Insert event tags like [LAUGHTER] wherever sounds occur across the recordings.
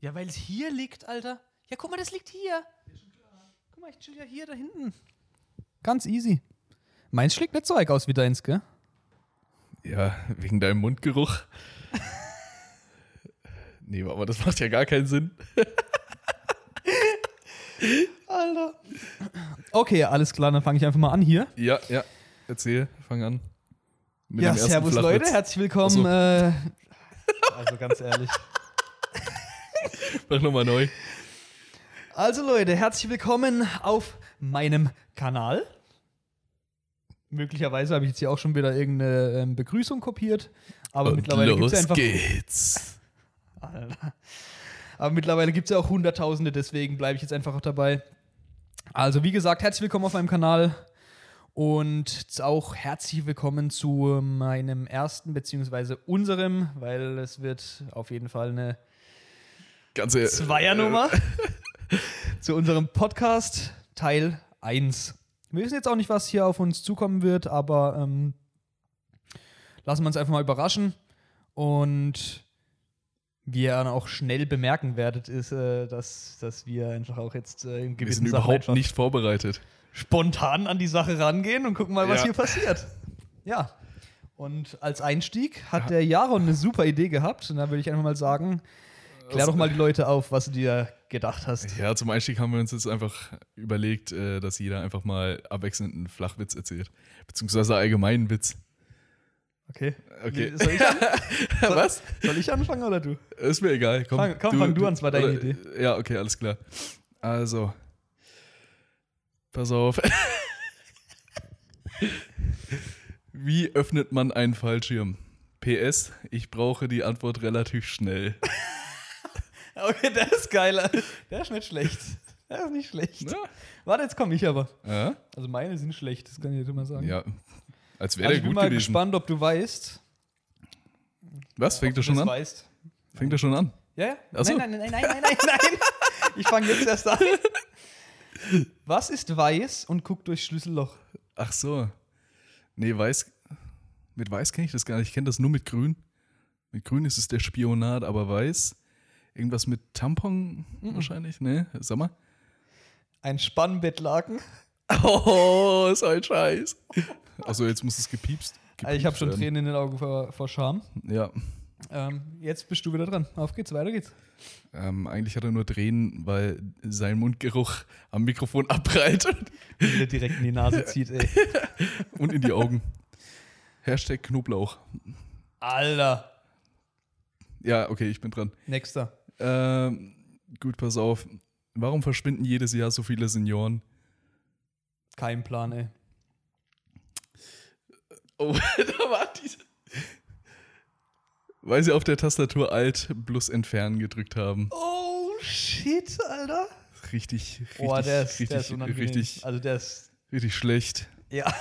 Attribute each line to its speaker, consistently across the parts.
Speaker 1: Ja, weil es hier liegt, Alter. Ja, guck mal, das liegt hier. Guck mal, ich chill ja hier da hinten. Ganz easy. Meins schlägt nicht so eig aus wie deins, gell?
Speaker 2: Ja, wegen deinem Mundgeruch. nee, aber das macht ja gar keinen Sinn.
Speaker 1: Alter. Okay, alles klar, dann fange ich einfach mal an hier.
Speaker 2: Ja, ja. Erzähl, fang an. Mit
Speaker 1: ja,
Speaker 2: dem ersten
Speaker 1: servus
Speaker 2: Flachwitz.
Speaker 1: Leute, herzlich willkommen.
Speaker 2: Ach so.
Speaker 1: Äh, also ganz ehrlich.
Speaker 2: Mach nochmal neu.
Speaker 1: [LAUGHS] Also Leute, herzlich willkommen auf meinem Kanal. Möglicherweise habe ich jetzt hier auch schon wieder irgendeine ähm, Begrüßung kopiert, aber
Speaker 2: Und
Speaker 1: mittlerweile gibt
Speaker 2: los
Speaker 1: es ja einfach
Speaker 2: geht's.
Speaker 1: Alter. Aber mittlerweile gibt es ja auch Hunderttausende, deswegen bleibe ich jetzt einfach auch dabei. Also, wie gesagt, herzlich willkommen auf meinem Kanal und auch herzlich willkommen zu meinem ersten, beziehungsweise unserem, weil es wird auf jeden Fall eine
Speaker 2: Ganze
Speaker 1: Zweiernummer
Speaker 2: Äh,
Speaker 1: [LAUGHS] zu unserem Podcast Teil 1. Wir wissen jetzt auch nicht, was hier auf uns zukommen wird, aber ähm, lassen wir uns einfach mal überraschen. Und wie ihr dann auch schnell bemerken werdet, ist, äh, dass, dass wir einfach auch jetzt äh, in
Speaker 2: Wir
Speaker 1: gewissen
Speaker 2: sind
Speaker 1: Sachen
Speaker 2: überhaupt
Speaker 1: einfach
Speaker 2: nicht vorbereitet.
Speaker 1: spontan an die Sache rangehen und gucken mal, was
Speaker 2: Ja.
Speaker 1: hier passiert. Ja. Und als Einstieg hat der Jaron eine super Idee gehabt. Und da würde ich einfach mal sagen, klär
Speaker 2: Das-
Speaker 1: doch mal die Leute auf, was du dir gedacht hast.
Speaker 2: Ja, zum Einstieg haben wir uns jetzt einfach überlegt, äh, dass jeder einfach mal abwechselnd einen Flachwitz erzählt. Beziehungsweise allgemeinen Witz.
Speaker 1: Okay.
Speaker 2: Okay.
Speaker 1: Soll ich, an soll,
Speaker 2: [LAUGHS] Was?
Speaker 1: soll ich anfangen oder du?
Speaker 2: Ist mir egal. Komm,
Speaker 1: Fang- komm, fang du an, es war deine
Speaker 2: oder- Ja, okay, alles klar. Also. Pass auf. [LAUGHS] Wie öffnet man einen Fallschirm? PS, ich brauche die Antwort relativ schnell.
Speaker 1: Okay, der ist geil. Der ist nicht schlecht. Der ist nicht
Speaker 2: Ne?
Speaker 1: schlecht. Warte, jetzt komme ich aber.
Speaker 2: Ja,
Speaker 1: Also meine sind schlecht, das kann ich jetzt immer sagen.
Speaker 2: ja. als wäre
Speaker 1: also ich
Speaker 2: der
Speaker 1: bin
Speaker 2: gut
Speaker 1: mal
Speaker 2: gewesen.
Speaker 1: gespannt, ob du weißt.
Speaker 2: Was? Fängt
Speaker 1: ob
Speaker 2: er
Speaker 1: du
Speaker 2: schon
Speaker 1: das
Speaker 2: an?
Speaker 1: Weißt.
Speaker 2: Fängt er schon an?
Speaker 1: Ja, ja.
Speaker 2: Ach so.
Speaker 1: Nein, nein, nein, nein, nein, nein, nein. Ich fange jetzt erst an. Was ist weiß und guckt durchs Schlüsselloch?
Speaker 2: Ach so. Nee, weiß. Mit weiß kenne ich das gar nicht. Ich kenne das nur mit grün. Mit grün ist es der Spionat, aber weiß. Irgendwas mit Tampon wahrscheinlich, ne? Sag mal.
Speaker 1: Ein Spannbettlaken.
Speaker 2: [LAUGHS] Oh, ist ein Scheiß. Ah, Also jetzt muss es gepiepst.
Speaker 1: Also ich habe schon
Speaker 2: gepiepst werden.
Speaker 1: Tränen in den Augen vor, vor Scham.
Speaker 2: Ja.
Speaker 1: Ähm, jetzt bist du wieder dran. Auf geht's, weiter geht's.
Speaker 2: Ähm, eigentlich hat er nur Tränen, weil sein Mundgeruch am Mikrofon [LAUGHS] abprallt
Speaker 1: Wieder direkt in die Nase zieht, ey.
Speaker 2: und in die [LAUGHS] Augen. Hashtag Knoblauch.
Speaker 1: Alter.
Speaker 2: Ja, okay, ich bin dran.
Speaker 1: Nächster.
Speaker 2: Ähm, gut, pass auf. Warum verschwinden jedes Jahr so viele Senioren?
Speaker 1: Kein Plan, ey. [LAUGHS]
Speaker 2: Oh, da war diese. Weil sie auf der Tastatur Alt plus Entfernen gedrückt haben.
Speaker 1: Oh, shit, Alter.
Speaker 2: Richtig, richtig,
Speaker 1: Boah, Oh, der ist,
Speaker 2: richtig,
Speaker 1: der ist unangenehm.
Speaker 2: richtig,
Speaker 1: Also der ist,
Speaker 2: richtig schlecht.
Speaker 1: ja.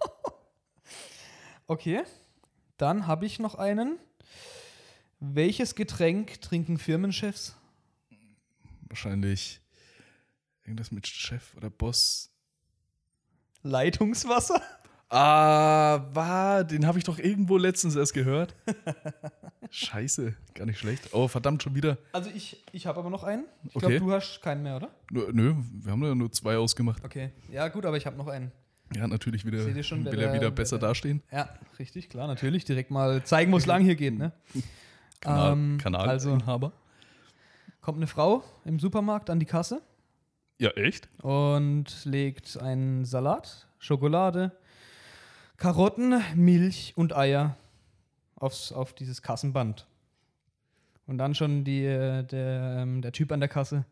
Speaker 1: [LAUGHS] okay, dann habe ich noch einen. Welches Getränk trinken Firmenchefs?
Speaker 2: Wahrscheinlich irgendwas mit Chef oder Boss.
Speaker 1: Leitungswasser?
Speaker 2: Ah, war, den habe ich doch irgendwo letztens
Speaker 1: [LAUGHS]
Speaker 2: erst gehört. Scheiße, gar nicht schlecht. Oh, verdammt, schon wieder.
Speaker 1: Also ich, ich habe aber noch einen. Ich
Speaker 2: Okay.
Speaker 1: glaube, du hast keinen mehr, oder?
Speaker 2: Nur- Nö, wir haben ja nur zwei ausgemacht.
Speaker 1: Okay. Ja, gut, aber ich habe noch einen.
Speaker 2: Ja, natürlich wieder,
Speaker 1: Seht ihr schon, wer
Speaker 2: will er
Speaker 1: da-
Speaker 2: wieder
Speaker 1: wer
Speaker 2: besser
Speaker 1: da-
Speaker 2: dastehen.
Speaker 1: Ja, richtig, klar, natürlich. Direkt mal zeigen, wo es lang hier geht, ne?
Speaker 2: Kanal,
Speaker 1: Ähm, also
Speaker 2: Kanalinhaber.
Speaker 1: kommt eine Frau im Supermarkt an die Kasse.
Speaker 2: Ja, echt?
Speaker 1: und legt einen Salat, Schokolade, Karotten, Milch und Eier aufs, auf dieses Kassenband. Und dann schon die, äh, der, ähm, der Typ an der Kasse.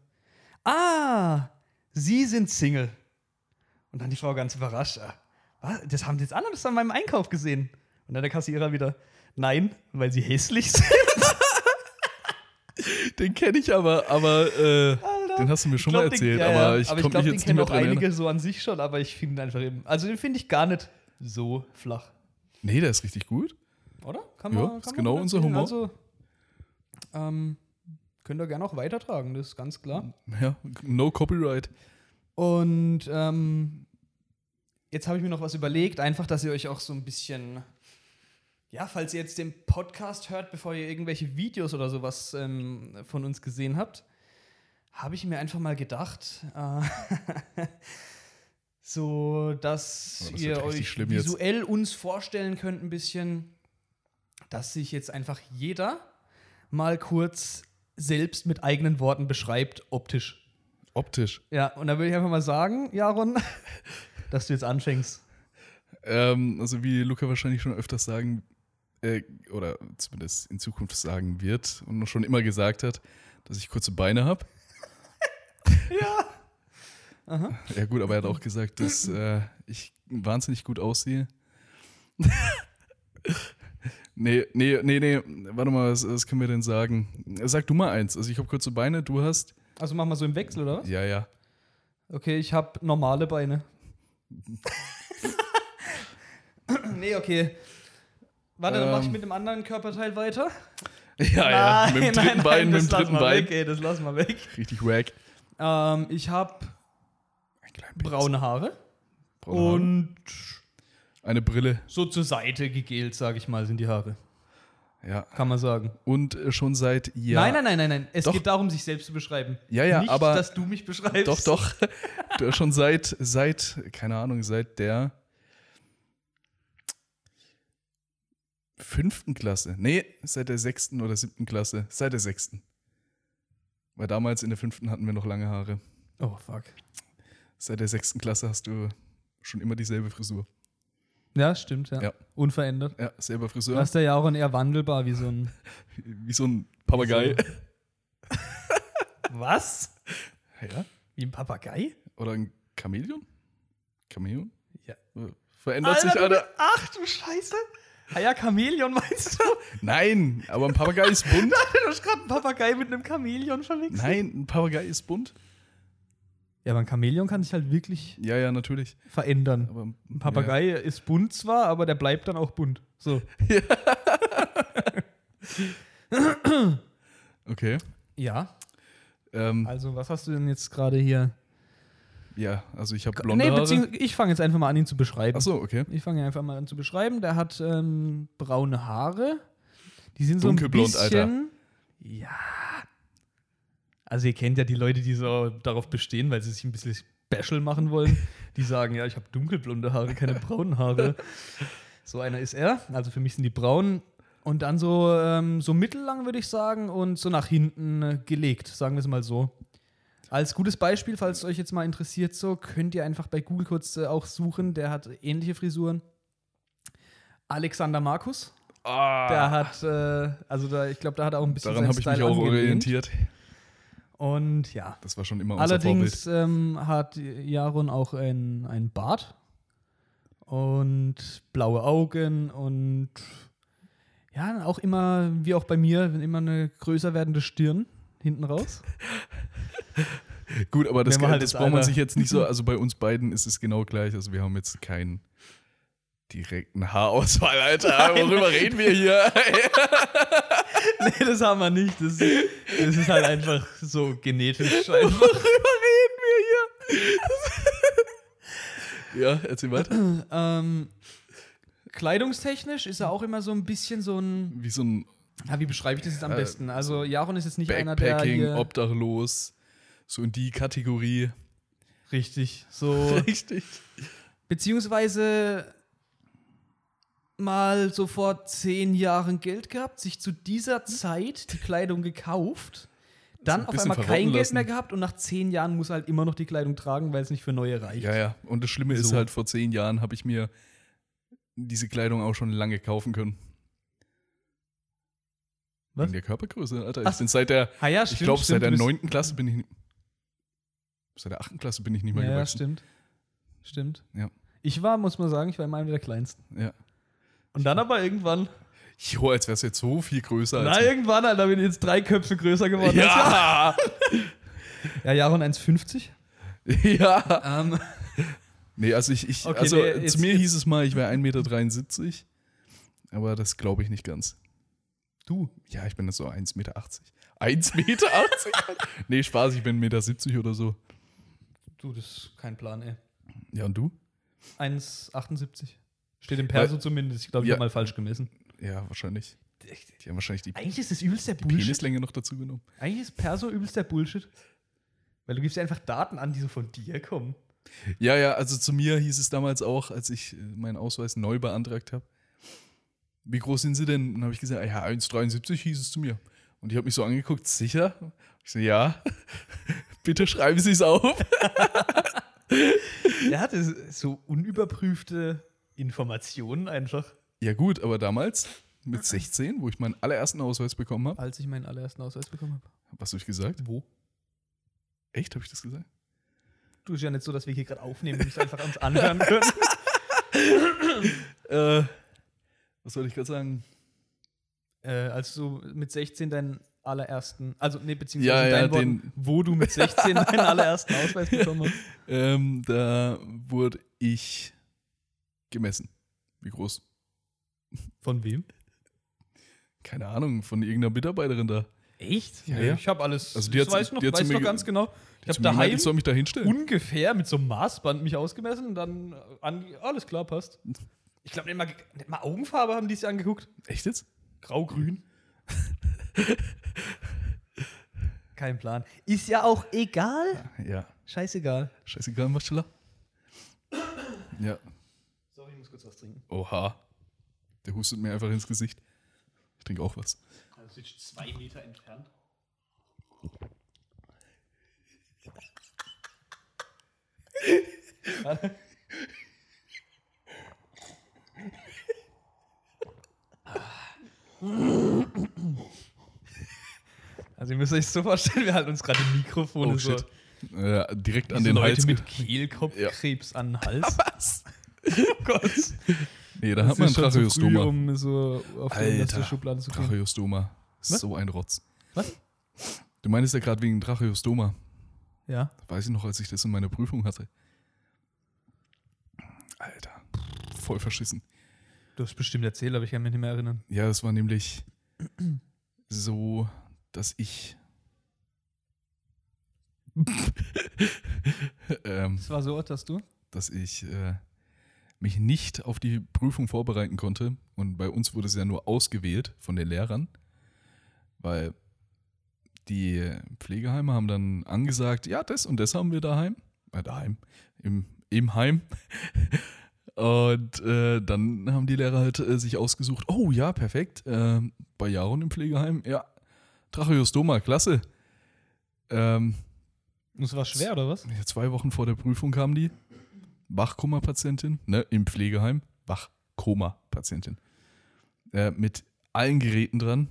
Speaker 1: Ah, Sie sind Single. Und dann die Frau ganz überrascht. "Ah, Was? Das haben Sie jetzt alle das an meinem Einkauf gesehen. Und dann der Kassierer wieder. Nein, weil Sie hässlich sind.
Speaker 2: Den kenne ich aber, aber äh, den hast du mir schon
Speaker 1: Ich glaub,
Speaker 2: mal
Speaker 1: den,
Speaker 2: erzählt,
Speaker 1: ja, ja,
Speaker 2: aber ich
Speaker 1: aber ich
Speaker 2: komme mich
Speaker 1: glaub, den
Speaker 2: jetzt nicht
Speaker 1: kennen
Speaker 2: mehr
Speaker 1: auch
Speaker 2: dran. erinnern.
Speaker 1: einige so an sich schon, aber ich finde ihn einfach eben. Also den finde ich gar nicht so flach,
Speaker 2: Nee, der ist richtig gut.
Speaker 1: oder? Kann
Speaker 2: Ja, ist genau
Speaker 1: gut
Speaker 2: unser
Speaker 1: empfehlen.
Speaker 2: Humor.
Speaker 1: Also ähm, könnt ihr gerne auch weitertragen, das ist ganz klar.
Speaker 2: Ja, no copyright.
Speaker 1: Und ähm, jetzt habe ich mir noch was überlegt, einfach, dass ihr euch auch so ein bisschen Ja, falls ihr jetzt den Podcast hört, bevor ihr irgendwelche Videos oder sowas ähm, von uns gesehen habt, habe ich mir einfach mal gedacht, äh, [LAUGHS] so dass
Speaker 2: Oh, das wird
Speaker 1: ihr
Speaker 2: richtig
Speaker 1: euch
Speaker 2: schlimm jetzt.
Speaker 1: visuell uns vorstellen könnt ein bisschen, dass sich jetzt einfach jeder mal kurz selbst mit eigenen Worten beschreibt, optisch.
Speaker 2: Optisch.
Speaker 1: Ja, und da würde ich einfach mal sagen, Jaron, [LAUGHS] dass du jetzt anfängst.
Speaker 2: Ähm, also wie Luca wahrscheinlich schon öfters sagen, äh, oder zumindest in Zukunft sagen wird und schon immer gesagt hat, dass ich kurze Beine habe. ja. Ja gut, aber er hat auch gesagt, dass äh, ich wahnsinnig gut aussehe. [LAUGHS] nee, nee, nee, nee, warte mal, was, was können wir denn sagen? Sag du mal eins. Also ich habe kurze Beine, du hast.
Speaker 1: Also mach mal so im Wechsel, oder was?
Speaker 2: Ja, ja. [LAUGHS]
Speaker 1: Okay, ich habe normale Beine. [LAUGHS] nee, okay. Warte, dann mach ich
Speaker 2: Ähm.
Speaker 1: mit dem anderen Körperteil weiter.
Speaker 2: Ja, ja, mit dem dritten Bein, mit dem dritten Bein.
Speaker 1: Weg, ey, das lassen wir weg.
Speaker 2: Richtig wack.
Speaker 1: Ähm, ich habe
Speaker 2: Ein kleiner Penis.
Speaker 1: braune Haare
Speaker 2: Braune Haare.
Speaker 1: und
Speaker 2: Eine Brille,
Speaker 1: so zur Seite gegelt, sage ich mal, sind die Haare.
Speaker 2: ja.
Speaker 1: Kann man sagen.
Speaker 2: Und äh, schon seit Jahren.
Speaker 1: Nein, nein, nein, nein, nein. Es
Speaker 2: Doch.
Speaker 1: geht darum, sich selbst zu beschreiben.
Speaker 2: Ja, ja,
Speaker 1: Nicht,
Speaker 2: aber-
Speaker 1: dass du mich beschreibst.
Speaker 2: Doch, doch. [LAUGHS] Du, schon seit, seit, keine Ahnung, seit der fünften Klasse. Nee, seit der sechsten oder siebten Klasse. Seit der sechsten. Weil damals in der fünften hatten wir noch lange Haare.
Speaker 1: Oh, fuck.
Speaker 2: Seit der sechsten Klasse hast du schon immer dieselbe Frisur.
Speaker 1: Ja, stimmt, ja.
Speaker 2: Ja.
Speaker 1: Unverändert.
Speaker 2: Ja, selber Friseur.
Speaker 1: Du hast ja auch eher wandelbar wie so ein.
Speaker 2: Wie so ein Papagei.
Speaker 1: [LAUGHS] Was?
Speaker 2: Ja?
Speaker 1: Wie ein Papagei?
Speaker 2: [LAUGHS] Oder ein Chamäleon? Chamäleon?
Speaker 1: Ja.
Speaker 2: Äh, Verändert sich, Alter.
Speaker 1: Ach du Scheiße. Ah ja, Chamäleon [LAUGHS] meinst du?
Speaker 2: Nein, aber ein Papagei ist [LAUGHS] bunt.
Speaker 1: du hast gerade einen Papagei mit einem Chamäleon verwechselt.
Speaker 2: Nein, ein Papagei ist bunt.
Speaker 1: Ja, aber ein Chamäleon kann sich halt wirklich
Speaker 2: Ja, ja, natürlich.
Speaker 1: verändern.
Speaker 2: Aber
Speaker 1: Ein Papagei ist bunt zwar, aber der bleibt dann auch bunt. So.
Speaker 2: Ja. Okay.
Speaker 1: Ja,
Speaker 2: Ähm,
Speaker 1: also was hast du denn jetzt gerade hier?
Speaker 2: ja, also ich habe blonde
Speaker 1: Nee,
Speaker 2: Haare.
Speaker 1: beziehungsweise ich fange jetzt einfach mal an, ihn zu beschreiben.
Speaker 2: Achso, okay.
Speaker 1: Ich fange einfach mal an zu beschreiben. Der hat ähm, braune Haare. Die sind
Speaker 2: Dunkelblond,
Speaker 1: so ein bisschen. Ja. Also ihr kennt ja die Leute, die so darauf bestehen, weil sie sich ein bisschen special machen [LAUGHS] wollen. Die sagen, ja, ich habe dunkelblonde Haare, keine braunen [LAUGHS] Haare. so einer ist er. Also für mich sind die braunen. Und dann so, ähm, so mittellang, würde ich sagen, und so nach hinten äh, gelegt, sagen wir es mal so. Als gutes Beispiel, falls euch jetzt mal interessiert, so könnt ihr einfach bei Google kurz äh, auch suchen. Der hat ähnliche Frisuren. Alexander Markus.
Speaker 2: Ah,
Speaker 1: Der hat, äh, also da, ich glaube, da hat er auch ein bisschen
Speaker 2: daran habe ich mich auch
Speaker 1: angelehnt.
Speaker 2: orientiert.
Speaker 1: Und ja.
Speaker 2: Das war schon immer unser Vorbild.
Speaker 1: Allerdings ähm, hat Jaron auch ein, ein Bart und blaue Augen und ja, auch immer, wie auch bei mir, wenn immer eine größer werdende Stirn hinten
Speaker 2: [LAUGHS]
Speaker 1: raus. [LAUGHS]
Speaker 2: Gut, aber das,
Speaker 1: Wenn man halt
Speaker 2: das
Speaker 1: jetzt
Speaker 2: braucht man
Speaker 1: einer-
Speaker 2: sich jetzt
Speaker 1: [LAUGHS]
Speaker 2: nicht so. Also bei uns beiden ist es genau gleich. Also wir haben jetzt keinen direkten Haarausfall,
Speaker 1: [LAUGHS]
Speaker 2: Alter. Worüber reden wir hier?
Speaker 1: nee, das haben wir nicht. Das, das ist halt einfach so
Speaker 2: [LAUGHS]
Speaker 1: genetisch. Einfach.
Speaker 2: ja, erzähl weiter.
Speaker 1: ähm, kleidungstechnisch ist er auch immer so ein bisschen so ein.
Speaker 2: Wie so ein
Speaker 1: Ja, wie beschreibe ich das jetzt am
Speaker 2: Äh,
Speaker 1: besten? Also, Jaron ist jetzt nicht einer, der.
Speaker 2: Backpacking,
Speaker 1: Hier,
Speaker 2: obdachlos. So in die Kategorie.
Speaker 1: richtig, so.
Speaker 2: Richtig.
Speaker 1: [LAUGHS] Beziehungsweise mal so vor zehn Jahren Geld gehabt, sich zu dieser Zeit die Kleidung gekauft, dann
Speaker 2: ein
Speaker 1: auf
Speaker 2: Hm? bisschen
Speaker 1: einmal kein
Speaker 2: verrotten
Speaker 1: Geld
Speaker 2: lassen.
Speaker 1: mehr gehabt und nach zehn Jahren muss er halt immer noch die Kleidung tragen, weil es nicht für neue reicht.
Speaker 2: Ja, ja. Und das Schlimme ist
Speaker 1: So.
Speaker 2: halt, vor zehn Jahren habe ich mir diese Kleidung auch schon lange kaufen können.
Speaker 1: Was?
Speaker 2: Wegen der Körpergröße, Alter.
Speaker 1: Ach.
Speaker 2: Ich bin seit der,
Speaker 1: Ah ja,
Speaker 2: ich
Speaker 1: stimmt,
Speaker 2: glaube, seit
Speaker 1: stimmt,
Speaker 2: der
Speaker 1: du bist-
Speaker 2: neunten Klasse bin ich, ni- seit der achten Klasse bin ich nicht mehr
Speaker 1: Ja,
Speaker 2: gewachsen.
Speaker 1: stimmt. Stimmt.
Speaker 2: Ja.
Speaker 1: Ich war, muss man sagen, ich war immer einer der Kleinsten.
Speaker 2: Ja.
Speaker 1: Und dann aber irgendwann.
Speaker 2: Jo, als wär's jetzt so viel größer als
Speaker 1: Na, irgendwann, Alter, bin ich jetzt drei Köpfe größer geworden.
Speaker 2: Ja!
Speaker 1: [LAUGHS] ja Jaron 1,50.
Speaker 2: [LAUGHS] ja!
Speaker 1: Ähm,
Speaker 2: Nee, also ich, ich
Speaker 1: Okay,
Speaker 2: also
Speaker 1: nee,
Speaker 2: zu
Speaker 1: jetzt-
Speaker 2: mir
Speaker 1: jetzt-
Speaker 2: hieß es mal, ich wäre 1,73 Meter. Aber das glaube ich nicht ganz.
Speaker 1: du.
Speaker 2: Ja, ich bin das so 1,80 Meter. 1,80 Meter?
Speaker 1: [LAUGHS]
Speaker 2: nee, Spaß, ich bin 1,70 Meter oder so.
Speaker 1: Du, das ist kein Plan, ey.
Speaker 2: Ja, und du?
Speaker 1: 1,78. Steht im Perso zumindest. Ich glaube, ich
Speaker 2: Ja.
Speaker 1: habe mal falsch gemessen.
Speaker 2: Ja, wahrscheinlich. Die haben wahrscheinlich die
Speaker 1: Eigentlich ist das übelst der Bullshit.
Speaker 2: Penislänge noch dazu genommen.
Speaker 1: Eigentlich ist Perso übelst der Bullshit. Weil du gibst ja einfach Daten an, die so von dir kommen.
Speaker 2: Ja, ja, also zu mir hieß es damals auch, als ich äh, meinen Ausweis neu beantragt habe. Wie groß sind Sie denn? Dann habe ich gesagt, ja, 1,73 hieß es zu mir. Und ich habe mich so angeguckt, sicher? Ich so, ja. [LAUGHS] Bitte schreiben Sie es auf.
Speaker 1: Er hatte so unüberprüfte Informationen einfach.
Speaker 2: Ja, gut, aber damals mit 16, wo ich meinen allerersten Ausweis bekommen habe,
Speaker 1: Als ich meinen allerersten Ausweis bekommen habe.
Speaker 2: was habe ich gesagt? Wo? Echt, habe ich das gesagt?
Speaker 1: Du ist ja nicht so, dass wir hier gerade aufnehmen, du musst einfach uns anhören können.
Speaker 2: Äh, was soll ich gerade sagen?
Speaker 1: äh, als du mit 16 deinen allerersten, also nee, beziehungsweise
Speaker 2: Ja, ja,
Speaker 1: dein Worten,
Speaker 2: den-
Speaker 1: wo du mit
Speaker 2: [LAUGHS]
Speaker 1: 16 deinen allerersten Ausweis bekommen hast.
Speaker 2: Ähm, da wurde ich gemessen. Wie groß?
Speaker 1: Von wem?
Speaker 2: Keine Ahnung, von irgendeiner Mitarbeiterin da.
Speaker 1: Echt?
Speaker 2: Ja,
Speaker 1: Nee,
Speaker 2: ja.
Speaker 1: Ich habe alles,
Speaker 2: Also die
Speaker 1: ich
Speaker 2: hat's-
Speaker 1: weiß noch,
Speaker 2: die hat's
Speaker 1: weiß
Speaker 2: mir
Speaker 1: noch
Speaker 2: ge-
Speaker 1: ganz genau. Ich
Speaker 2: Jetzt
Speaker 1: habe
Speaker 2: mir gemeint,
Speaker 1: daheim
Speaker 2: Ich soll mich da hinstellen.
Speaker 1: ungefähr mit so einem Maßband mich ausgemessen und dann ange alles klar passt. Ich glaube, nicht mal, nicht mal Augenfarbe haben die sich angeguckt.
Speaker 2: Echt jetzt?
Speaker 1: [LAUGHS] Grau-grün. Kein Plan. Ist ja auch egal.
Speaker 2: Ja.
Speaker 1: Scheißegal.
Speaker 2: Scheißegal, Maschala. Ja.
Speaker 1: Sorry, ich muss kurz was trinken.
Speaker 2: Oha. Der hustet mir einfach ins Gesicht. Ich trinke auch was.
Speaker 1: Also sitzt zwei Meter entfernt. [LAUGHS] Also ihr müsst euch so vorstellen, wir halten uns gerade die Mikrofone
Speaker 2: Oh,
Speaker 1: so.
Speaker 2: shit. Äh, direkt an
Speaker 1: Diese
Speaker 2: den
Speaker 1: Leute
Speaker 2: Hals.
Speaker 1: mit
Speaker 2: ge-
Speaker 1: Kehlkopfkrebs an den
Speaker 2: [LAUGHS]
Speaker 1: Hals.
Speaker 2: Was?
Speaker 1: Oh Gott.
Speaker 2: Nee, da
Speaker 1: Das
Speaker 2: hat man
Speaker 1: ist
Speaker 2: ein
Speaker 1: schon zu früh,
Speaker 2: Tracheostoma.
Speaker 1: um so auf die
Speaker 2: Alter,
Speaker 1: unterste Schublade zu kriegen.
Speaker 2: Tracheostoma.
Speaker 1: Was?
Speaker 2: So ein Rotz.
Speaker 1: Was?
Speaker 2: Du meinst ja gerade wegen Tracheostoma.
Speaker 1: Ja.
Speaker 2: Weiß ich noch, als ich das in meiner Prüfung hatte. Alter. Voll verschissen.
Speaker 1: Du hast bestimmt erzählt, aber ich kann mich nicht mehr erinnern.
Speaker 2: Ja, es war nämlich so, dass ich. ähm,
Speaker 1: Es war so, dass du?
Speaker 2: dass ich äh, mich nicht auf die Prüfung vorbereiten konnte. Und bei uns wurde es ja nur ausgewählt von den Lehrern, weil die Pflegeheime haben dann angesagt, ja, das und das haben wir daheim. Äh, daheim, im, im Heim. [LAUGHS] Und äh, dann haben die Lehrer halt äh, sich ausgesucht, oh ja, perfekt, äh, bei Jaron im Pflegeheim, ja, Tracheostoma, klasse. Ähm,
Speaker 1: Und es war schwer, oder was?
Speaker 2: ja, zwei Wochen vor der Prüfung kam die. Wachkoma-Patientin, ne, im Pflegeheim. Wachkoma-Patientin. Äh, mit allen Geräten dran.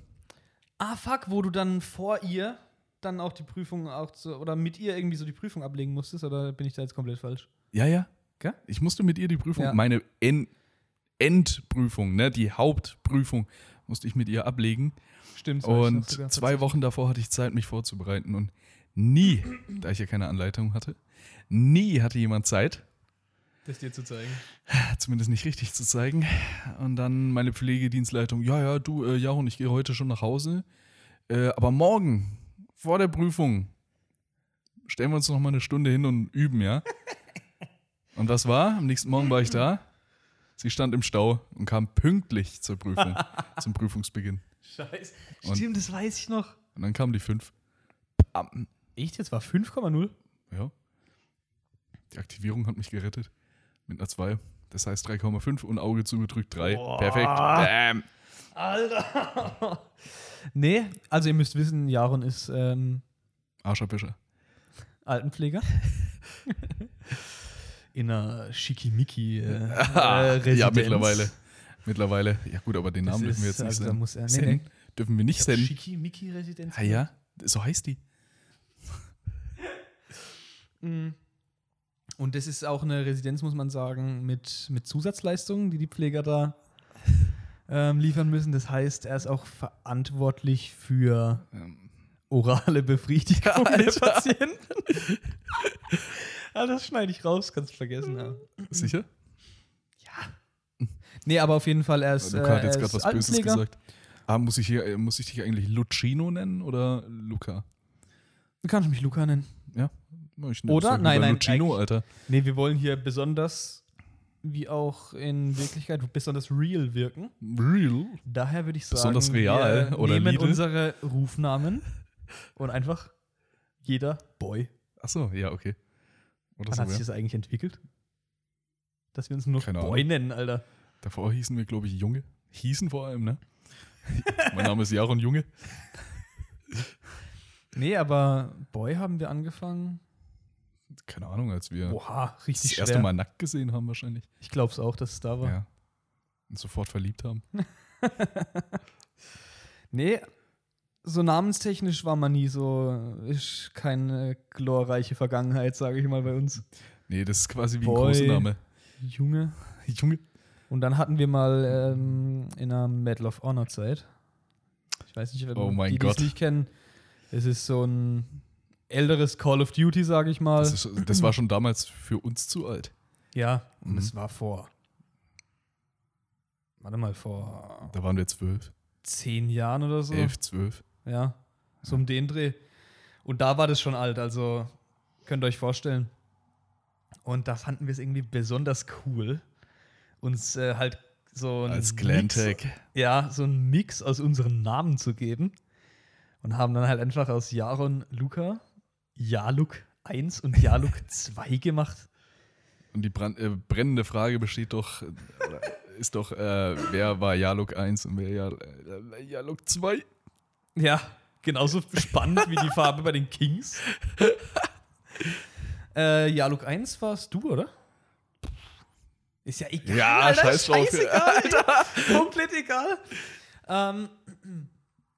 Speaker 1: Ah, fuck, wo du dann vor ihr dann auch die Prüfung auch zu, oder mit ihr irgendwie so die Prüfung ablegen musstest, oder bin ich da jetzt komplett falsch?
Speaker 2: Ja, ja.
Speaker 1: Gell?
Speaker 2: Ich musste mit ihr die Prüfung,
Speaker 1: Ja.
Speaker 2: meine en Endprüfung, ne, die Hauptprüfung, musste ich mit ihr ablegen.
Speaker 1: Stimmt. das weiß ich noch
Speaker 2: Und
Speaker 1: sogar.
Speaker 2: zwei Wochen davor hatte ich Zeit, mich vorzubereiten. Und nie, da ich ja keine Anleitung hatte, nie hatte jemand Zeit,
Speaker 1: Das dir zu zeigen.
Speaker 2: zumindest nicht richtig zu zeigen. Und dann meine Pflegedienstleitung, ja, ja, du, äh, Jaron, ich gehe heute schon nach Hause. Äh, aber morgen, vor der Prüfung, stellen wir uns noch mal eine Stunde hin und üben, ja? und was war? Am nächsten Morgen war ich da. Sie stand im Stau und kam pünktlich zur Prüfung, zum Prüfungsbeginn.
Speaker 1: Scheiße.
Speaker 2: Und-
Speaker 1: Stimmt, das weiß ich noch.
Speaker 2: Und dann kam die 5. Bam.
Speaker 1: Echt jetzt? War 5,0?
Speaker 2: Ja. Die Aktivierung hat mich gerettet. Mit einer 2. Das heißt 3,5 und Auge zugedrückt 3.
Speaker 1: Boah.
Speaker 2: Perfekt. Bam.
Speaker 1: Alter. [LAUGHS] nee, also ihr müsst wissen, Jaron ist ähm,
Speaker 2: Arscherpischer.
Speaker 1: Altenpfleger. [LAUGHS] In einer schickimicki äh, äh,
Speaker 2: Ah, [LAUGHS] ja,
Speaker 1: Residenz.
Speaker 2: mittlerweile. Mittlerweile. Ja, gut, aber den
Speaker 1: Das
Speaker 2: Namen dürfen wir
Speaker 1: ist-
Speaker 2: jetzt nicht
Speaker 1: also da
Speaker 2: nennen.
Speaker 1: muss er- nee,
Speaker 2: Senden.
Speaker 1: nee.
Speaker 2: Dürfen wir nicht senden.
Speaker 1: Schickimicki-Residenz.
Speaker 2: Ah ja, so heißt die.
Speaker 1: Mm. Und das ist auch eine Residenz, muss man sagen, mit, mit Zusatzleistungen, die die Pfleger da ähm, liefern müssen. Das heißt, er ist auch verantwortlich für
Speaker 2: Ähm,
Speaker 1: orale Befriedigung der Patienten. ah, das schneide ich raus, kannst du vergessen. Ja.
Speaker 2: sicher?
Speaker 1: äh, Nee, aber auf jeden Fall, er ist, äh,
Speaker 2: Luca hat
Speaker 1: er
Speaker 2: jetzt
Speaker 1: ist
Speaker 2: gerade was Böses
Speaker 1: Altenpfleger.
Speaker 2: gesagt. Ah, muss ich, hier, äh, muss ich dich eigentlich Lucino nennen oder Luca?
Speaker 1: Du kannst mich Luca nennen.
Speaker 2: Ja? Na, Ich
Speaker 1: Oder? Nein, nein,
Speaker 2: Lucino,
Speaker 1: eigentlich-
Speaker 2: Alter.
Speaker 1: Nee, wir wollen hier besonders wie auch in Wirklichkeit besonders real wirken.
Speaker 2: Real.
Speaker 1: Daher würde ich sagen,
Speaker 2: Besonders real
Speaker 1: wir
Speaker 2: oder
Speaker 1: nehmen
Speaker 2: Lidl?
Speaker 1: unsere Rufnamen und einfach jeder Boy.
Speaker 2: Achso, ja, okay. Oder
Speaker 1: Wann
Speaker 2: so,
Speaker 1: hat sich
Speaker 2: ja.
Speaker 1: das eigentlich entwickelt? Dass wir uns nur
Speaker 2: Keine
Speaker 1: Boy nennen, Alter.
Speaker 2: Davor hießen wir, glaube ich, Junge. Hießen vor allem, ne? [LAUGHS] mein Name ist Jaron Junge.
Speaker 1: Nee, aber Boy haben wir angefangen.
Speaker 2: Keine Ahnung, als wir
Speaker 1: Oha,
Speaker 2: das
Speaker 1: richtig schwer.
Speaker 2: erste Mal nackt gesehen haben, wahrscheinlich.
Speaker 1: Ich glaub's auch, dass es da war.
Speaker 2: Ja. Und sofort verliebt haben.
Speaker 1: Nee, so namenstechnisch war man nie so, ist keine glorreiche Vergangenheit, sage ich mal bei uns.
Speaker 2: Nee, das ist quasi wie ein
Speaker 1: Boy.
Speaker 2: Kosename.
Speaker 1: [LAUGHS] Junge.
Speaker 2: Junge.
Speaker 1: Und dann hatten wir mal ähm, in einer Medal of Honor Zeit. Ich weiß nicht, wenn
Speaker 2: Oh mein
Speaker 1: die, die
Speaker 2: Gott.
Speaker 1: es nicht kennen, es ist so ein älteres Call of Duty, sage ich mal.
Speaker 2: Das, ist, das war schon damals für uns zu alt.
Speaker 1: ja, und
Speaker 2: Mhm.
Speaker 1: es war vor. Warte mal, vor
Speaker 2: Da waren wir zwölf,
Speaker 1: zehn Jahren oder so.
Speaker 2: elf, zwölf.
Speaker 1: Ja, so um den Dreh. Und da war das schon alt, also könnt ihr euch vorstellen. Und da fanden wir es irgendwie besonders cool, uns äh, halt so ein
Speaker 2: Als Glantech.
Speaker 1: ja, so einen Mix aus unseren Namen zu geben. Und haben dann halt einfach aus Jaron Luca Jaluk 1 und [LAUGHS] Jaluk 2 gemacht.
Speaker 2: Und die brand, äh, brennende Frage besteht doch, äh, oder ist doch, äh, wer war Jaluk 1 und wer Jal- äh, Jaluk 2?
Speaker 1: Ja, genauso spannend wie die Farbe bei den Kings. [LAUGHS] äh, ja, Luke 1 warst du, oder? Ist ja egal.
Speaker 2: Ja, scheiß drauf.
Speaker 1: [LAUGHS] Scheißegal, Alter. Komplett egal. Ähm, [CLEARS THROAT]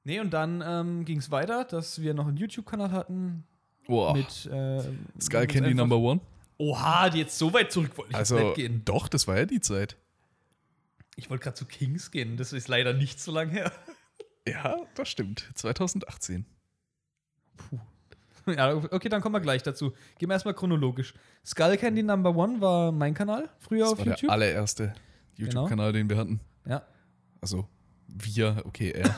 Speaker 1: nee, und dann ähm, ging es weiter, dass wir noch einen YouTube-Kanal hatten.
Speaker 2: Boah,
Speaker 1: mit äh,
Speaker 2: Skull
Speaker 1: mit
Speaker 2: Candy
Speaker 1: einfach-
Speaker 2: Number One.
Speaker 1: Oha, die jetzt so weit zurück wollte ich jetzt
Speaker 2: Also,
Speaker 1: nicht gehen.
Speaker 2: doch, das war ja die Zeit.
Speaker 1: Ich wollte gerade zu Kings gehen, das ist leider nicht so lang her.
Speaker 2: Ja, das stimmt. 2018.
Speaker 1: [LAUGHS] Ja, okay, dann kommen wir gleich dazu. Gehen wir erstmal chronologisch. Skull Candy Number One war mein Kanal früher
Speaker 2: Das
Speaker 1: auf
Speaker 2: war
Speaker 1: YouTube. Genau.
Speaker 2: der allererste YouTube-Kanal, den wir hatten.
Speaker 1: ja.
Speaker 2: Also, wir, okay, er.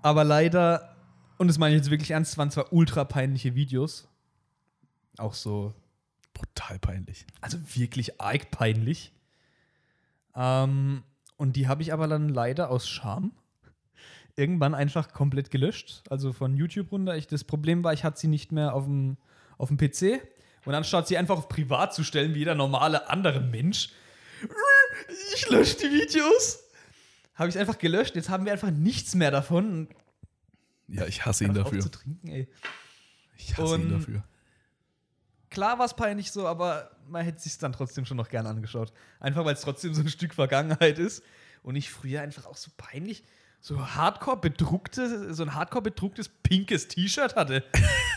Speaker 1: Aber leider, und das meine ich jetzt wirklich ernst, es waren zwar ultra peinliche Videos. Auch so,
Speaker 2: Brutal peinlich.
Speaker 1: also wirklich arg peinlich. Ähm, und die habe ich aber dann leider aus Scham irgendwann einfach komplett gelöscht. Also von YouTube runter. Ich, das Problem war, ich hatte sie nicht mehr auf dem, auf dem PC. Und anstatt sie einfach auf privat zu stellen, wie jeder normale andere Mensch, ich lösche die Videos. Habe ich es einfach gelöscht. Jetzt haben wir einfach nichts mehr davon.
Speaker 2: Ja, ich hasse ihn
Speaker 1: Hör doch
Speaker 2: dafür.
Speaker 1: Auf zu trinken, ey.
Speaker 2: Ich hasse ihn
Speaker 1: Und-
Speaker 2: dafür.
Speaker 1: Klar war es peinlich so, aber man hätte sich dann trotzdem schon noch gern angeschaut. Einfach weil es trotzdem so ein Stück Vergangenheit ist. Und ich früher einfach auch so peinlich so hardcore bedruckte, so ein hardcore bedrucktes pinkes T-Shirt [LAUGHS] hatte,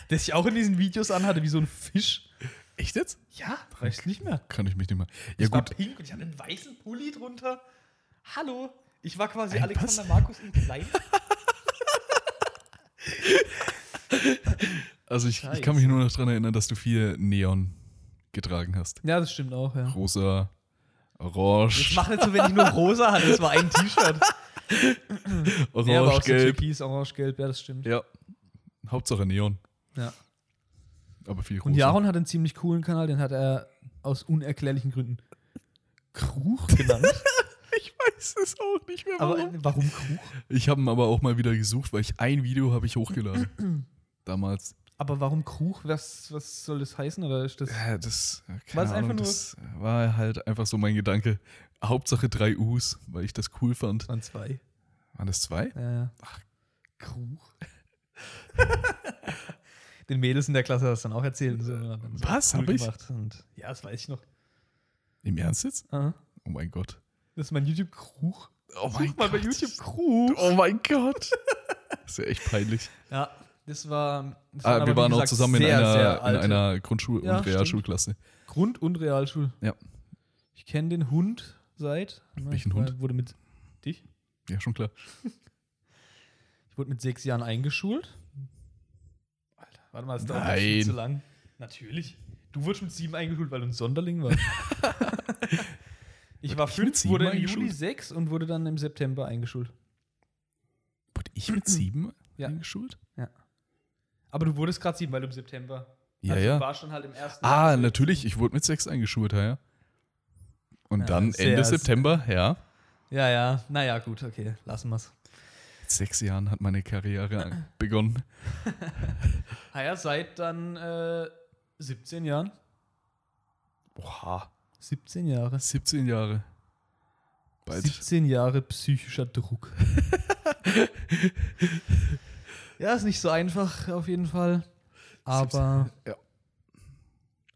Speaker 1: das ich auch in diesen Videos anhatte, wie so ein Fisch.
Speaker 2: Echt jetzt?
Speaker 1: Ja, weiß nicht mehr.
Speaker 2: Kann ich mich nicht mehr. Ja,
Speaker 1: Das war
Speaker 2: gut.
Speaker 1: pink und ich hatte einen weißen Pulli drunter. Hallo, ich war quasi
Speaker 2: Ein
Speaker 1: Alexander
Speaker 2: was?
Speaker 1: Markus in klein.
Speaker 2: Also, ich, ich
Speaker 1: Scheiße.
Speaker 2: kann mich nur noch daran erinnern, dass du viel Neon getragen hast.
Speaker 1: [LAUGHS] Ja, das stimmt auch, ja.
Speaker 2: Rosa,
Speaker 1: Ich
Speaker 2: orange,
Speaker 1: mache nicht so, wenn ich nur rosa hatte, das war ein T-Shirt. Ja, aber auch so
Speaker 2: orange-gelb.
Speaker 1: türkis, orange-gelb, ja, das stimmt.
Speaker 2: Ja, Hauptsache Neon.
Speaker 1: Ja.
Speaker 2: Aber viel rosa.
Speaker 1: Und Jaron hat einen ziemlich coolen Kanal, den hat er aus unerklärlichen Gründen Kruch
Speaker 2: [LAUGHS]
Speaker 1: genannt.
Speaker 2: Ich weiß es auch nicht mehr,
Speaker 1: aber äh, warum Kruch?
Speaker 2: ich habe ihn aber auch mal wieder gesucht, weil ich ein Video habe ich hochgeladen. Damals.
Speaker 1: Aber warum Kruch? Was, was soll das heißen? Oder ist das.
Speaker 2: Äh, das, äh,
Speaker 1: War
Speaker 2: keine
Speaker 1: es einfach nur-
Speaker 2: Ahnung, das war halt einfach so mein Gedanke. Hauptsache drei U's, weil ich das cool fand.
Speaker 1: An zwei.
Speaker 2: Waren das zwei?
Speaker 1: Ja, ja. Kruch. [LAUGHS] den Mädels in der Klasse hat das dann auch erzählt. und So, und dann so
Speaker 2: Was? Hab ich?
Speaker 1: gemacht Und, ja, das weiß ich noch.
Speaker 2: Im Ernst jetzt?
Speaker 1: Aha.
Speaker 2: Oh mein Gott.
Speaker 1: Das ist mein YouTube-Kruch.
Speaker 2: Oh
Speaker 1: Such mal bei YouTube Kruch.
Speaker 2: Oh mein Gott. [LAUGHS] Das ist ja echt peinlich.
Speaker 1: Ja, das war. Das
Speaker 2: Ah,
Speaker 1: aber,
Speaker 2: wir
Speaker 1: wie
Speaker 2: waren auch
Speaker 1: gesagt,
Speaker 2: zusammen in
Speaker 1: sehr, sehr
Speaker 2: einer, in
Speaker 1: alte
Speaker 2: einer Grundschul-
Speaker 1: Ja,
Speaker 2: und
Speaker 1: stimmt.
Speaker 2: Realschulklasse.
Speaker 1: Grund- und Realschule.
Speaker 2: Ja.
Speaker 1: Ich kenne den Hund seit.
Speaker 2: Welchen
Speaker 1: ich
Speaker 2: Hund?
Speaker 1: Wurde mit dich?
Speaker 2: Ja, schon klar.
Speaker 1: Ich wurde mit sechs Jahren eingeschult. Alter, warte mal, das dauert
Speaker 2: Nein.
Speaker 1: viel zu lang. Natürlich. Du wurdest mit sieben eingeschult, weil du ein Sonderling
Speaker 2: [LAUGHS]
Speaker 1: warst. ich war
Speaker 2: ich mit
Speaker 1: fünf,
Speaker 2: sieben
Speaker 1: wurde im
Speaker 2: eingeschult?
Speaker 1: Juli sechs und wurde dann im September eingeschult.
Speaker 2: Wurde ich mit sieben
Speaker 1: Mhm. Ja.
Speaker 2: eingeschult?
Speaker 1: Aber du wurdest gerade sieben, weil du im September.
Speaker 2: Ja,
Speaker 1: also
Speaker 2: ja.
Speaker 1: Du warst schon halt im ersten.
Speaker 2: Ah,
Speaker 1: Jahr-
Speaker 2: natürlich. Ich wurde mit sechs eingeschult, ja. ja. Und
Speaker 1: Ja,
Speaker 2: dann
Speaker 1: sehr-
Speaker 2: Ende September, ja.
Speaker 1: Ja, ja. Naja, gut, okay. Lassen wir's.
Speaker 2: Mit sechs Jahren hat meine
Speaker 1: [CLEARS THROAT]
Speaker 2: Karriere an- begonnen.
Speaker 1: Ah ja, seit dann äh, 17 Jahren.
Speaker 2: Oha.
Speaker 1: 17 Jahre.
Speaker 2: 17 Jahre. Bald.
Speaker 1: 17 Jahre psychischer
Speaker 2: [LAUGHS]
Speaker 1: Druck. ja, ist nicht so einfach auf jeden Fall. Aber
Speaker 2: Ja.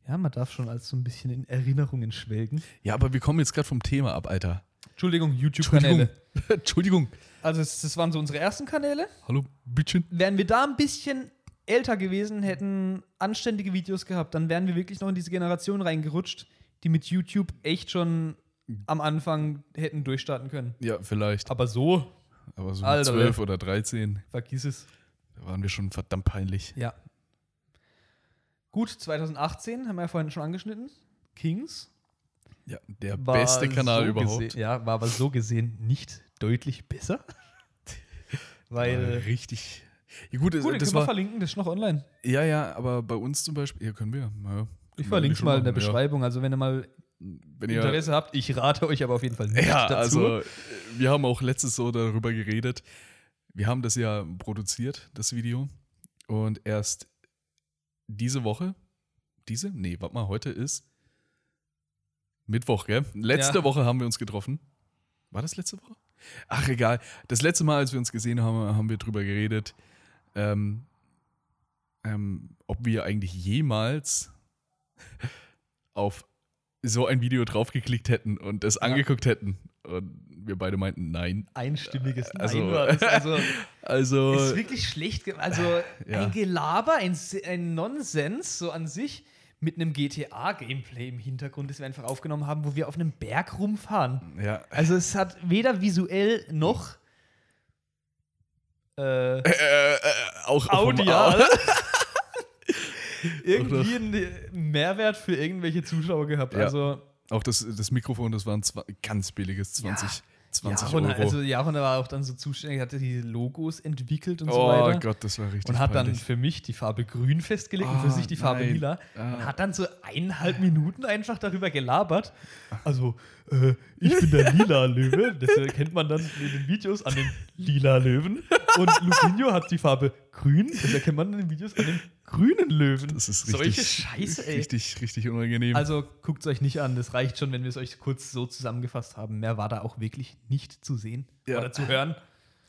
Speaker 1: ja, man darf schon als so ein bisschen in Erinnerungen schwelgen.
Speaker 2: Ja, aber wir kommen jetzt gerade vom Thema ab, Alter. [LAUGHS]
Speaker 1: Entschuldigung,
Speaker 2: Entschuldigung.
Speaker 1: YouTube-Kanäle.
Speaker 2: Entschuldigung.
Speaker 1: Also es- das waren so unsere ersten Kanäle.
Speaker 2: Hallo, Bütchen.
Speaker 1: Wären wir da ein bisschen älter gewesen, hätten anständige Videos gehabt, dann wären wir wirklich noch in diese Generation reingerutscht, die mit YouTube echt schon am Anfang hätten durchstarten können.
Speaker 2: Ja, vielleicht.
Speaker 1: Aber so,
Speaker 2: Aber so
Speaker 1: Alter,
Speaker 2: mit 12 oder 13,
Speaker 1: vergiss es.
Speaker 2: da waren wir schon verdammt peinlich.
Speaker 1: Ja. Gut, 2018 haben wir ja vorhin schon angeschnitten. Kings.
Speaker 2: Ja, der
Speaker 1: war
Speaker 2: beste Kanal
Speaker 1: so
Speaker 2: überhaupt.
Speaker 1: Gesehen, ja, war aber so gesehen nicht deutlich besser.
Speaker 2: [LAUGHS] War
Speaker 1: Weil.
Speaker 2: richtig. Ja, gut, also
Speaker 1: Gut, den
Speaker 2: das
Speaker 1: können wir
Speaker 2: war,
Speaker 1: verlinken, das ist noch online.
Speaker 2: ja, ja, aber bei uns zum Beispiel, hier können wir. Ja, können
Speaker 1: Ich
Speaker 2: wir
Speaker 1: verlinke es
Speaker 2: schon
Speaker 1: mal in der
Speaker 2: machen, ja.
Speaker 1: Beschreibung. Also, wenn ihr mal
Speaker 2: Wenn ihr,
Speaker 1: Interesse habt, ich rate euch aber auf jeden Fall nicht
Speaker 2: [LAUGHS] Ja,
Speaker 1: dazu.
Speaker 2: also äh, wir haben auch letztes so darüber geredet. Wir haben das ja produziert, das Video. Und erst diese Woche, diese? Nee, warte mal, heute ist Mittwoch, gell? Letzte
Speaker 1: Ja.
Speaker 2: Woche haben wir uns getroffen. War das letzte Woche? Ach, egal. Das letzte Mal, als wir uns gesehen haben, haben wir drüber geredet, ähm, ähm, ob wir eigentlich jemals auf so ein Video draufgeklickt hätten und es angeguckt hätten. Und wir beide meinten, nein.
Speaker 1: Einstimmiges Nein
Speaker 2: Also-
Speaker 1: war das.
Speaker 2: [LAUGHS]
Speaker 1: Also,
Speaker 2: Also,
Speaker 1: ist wirklich schlecht. ge- Also
Speaker 2: [LAUGHS] Ja.
Speaker 1: ein Gelaber, ein, S- ein Nonsens so an sich mit einem GTA-Gameplay im Hintergrund, das wir einfach aufgenommen haben, wo wir auf einem Berg rumfahren.
Speaker 2: ja.
Speaker 1: Also es hat weder visuell noch äh,
Speaker 2: Äh, äh, auch vom
Speaker 1: audial
Speaker 2: Au-
Speaker 1: [LAUGHS] irgendwie einen Mehrwert für irgendwelche Zuschauer gehabt.
Speaker 2: Ja.
Speaker 1: Also
Speaker 2: Auch das, das Mikrofon, das war ein zwa- ganz billiges 20, 20
Speaker 1: ja, und,
Speaker 2: Euro.
Speaker 1: also Jaron war auch dann so zuständig, hatte die Logos entwickelt und so
Speaker 2: oh
Speaker 1: weiter.
Speaker 2: Gott, das war richtig
Speaker 1: Und hat dann
Speaker 2: peinlich.
Speaker 1: für mich die Farbe grün festgelegt und für
Speaker 2: Ah,
Speaker 1: sich die Farbe
Speaker 2: nein.
Speaker 1: lila.
Speaker 2: Ah.
Speaker 1: Und hat dann so eineinhalb Minuten einfach darüber gelabert. Also, äh, ich bin der lila Löwe. Das erkennt man dann in den Videos an dem lila Löwen. Und Lucinho hat die Farbe grün. Das erkennt man in den Videos an dem grünen Löwen.
Speaker 2: Das ist
Speaker 1: Solche
Speaker 2: richtig,
Speaker 1: Scheiße, ey.
Speaker 2: richtig, richtig unangenehm.
Speaker 1: Also guckt es euch nicht an. Das reicht schon, wenn wir es euch kurz so zusammengefasst haben. Mehr war da auch wirklich nicht zu sehen
Speaker 2: Ja.
Speaker 1: oder zu hören.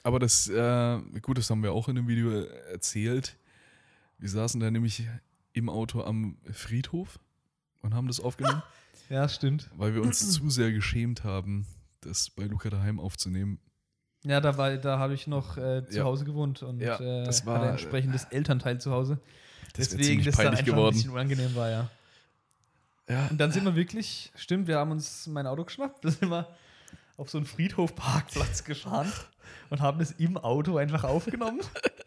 Speaker 2: Aber das, äh, gut, das haben wir auch in dem Video äh, erzählt. Wir saßen da nämlich im Auto am Friedhof und haben
Speaker 1: [LAUGHS]
Speaker 2: das aufgenommen,
Speaker 1: [LAUGHS] Ja, stimmt.
Speaker 2: weil wir uns zu sehr geschämt haben, das bei Luca daheim aufzunehmen.
Speaker 1: Ja, da, war- da habe ich noch äh, zu
Speaker 2: Ja.
Speaker 1: Hause gewohnt und
Speaker 2: Ja,
Speaker 1: äh,
Speaker 2: das war-
Speaker 1: hatte ein entsprechendes Elternteil zu Hause.
Speaker 2: Das wär
Speaker 1: Deswegen
Speaker 2: ziemlich
Speaker 1: das dann
Speaker 2: peinlich
Speaker 1: einfach ein
Speaker 2: geworden.
Speaker 1: bisschen unangenehm war, ja.
Speaker 2: Ja,
Speaker 1: Und dann sind wir wirklich, stimmt, wir haben uns mein Auto geschnappt, [LAUGHS] da sind wir auf so einen Friedhofparkplatz gefahren und haben das im Auto einfach
Speaker 2: [LAUGHS]
Speaker 1: aufgenommen.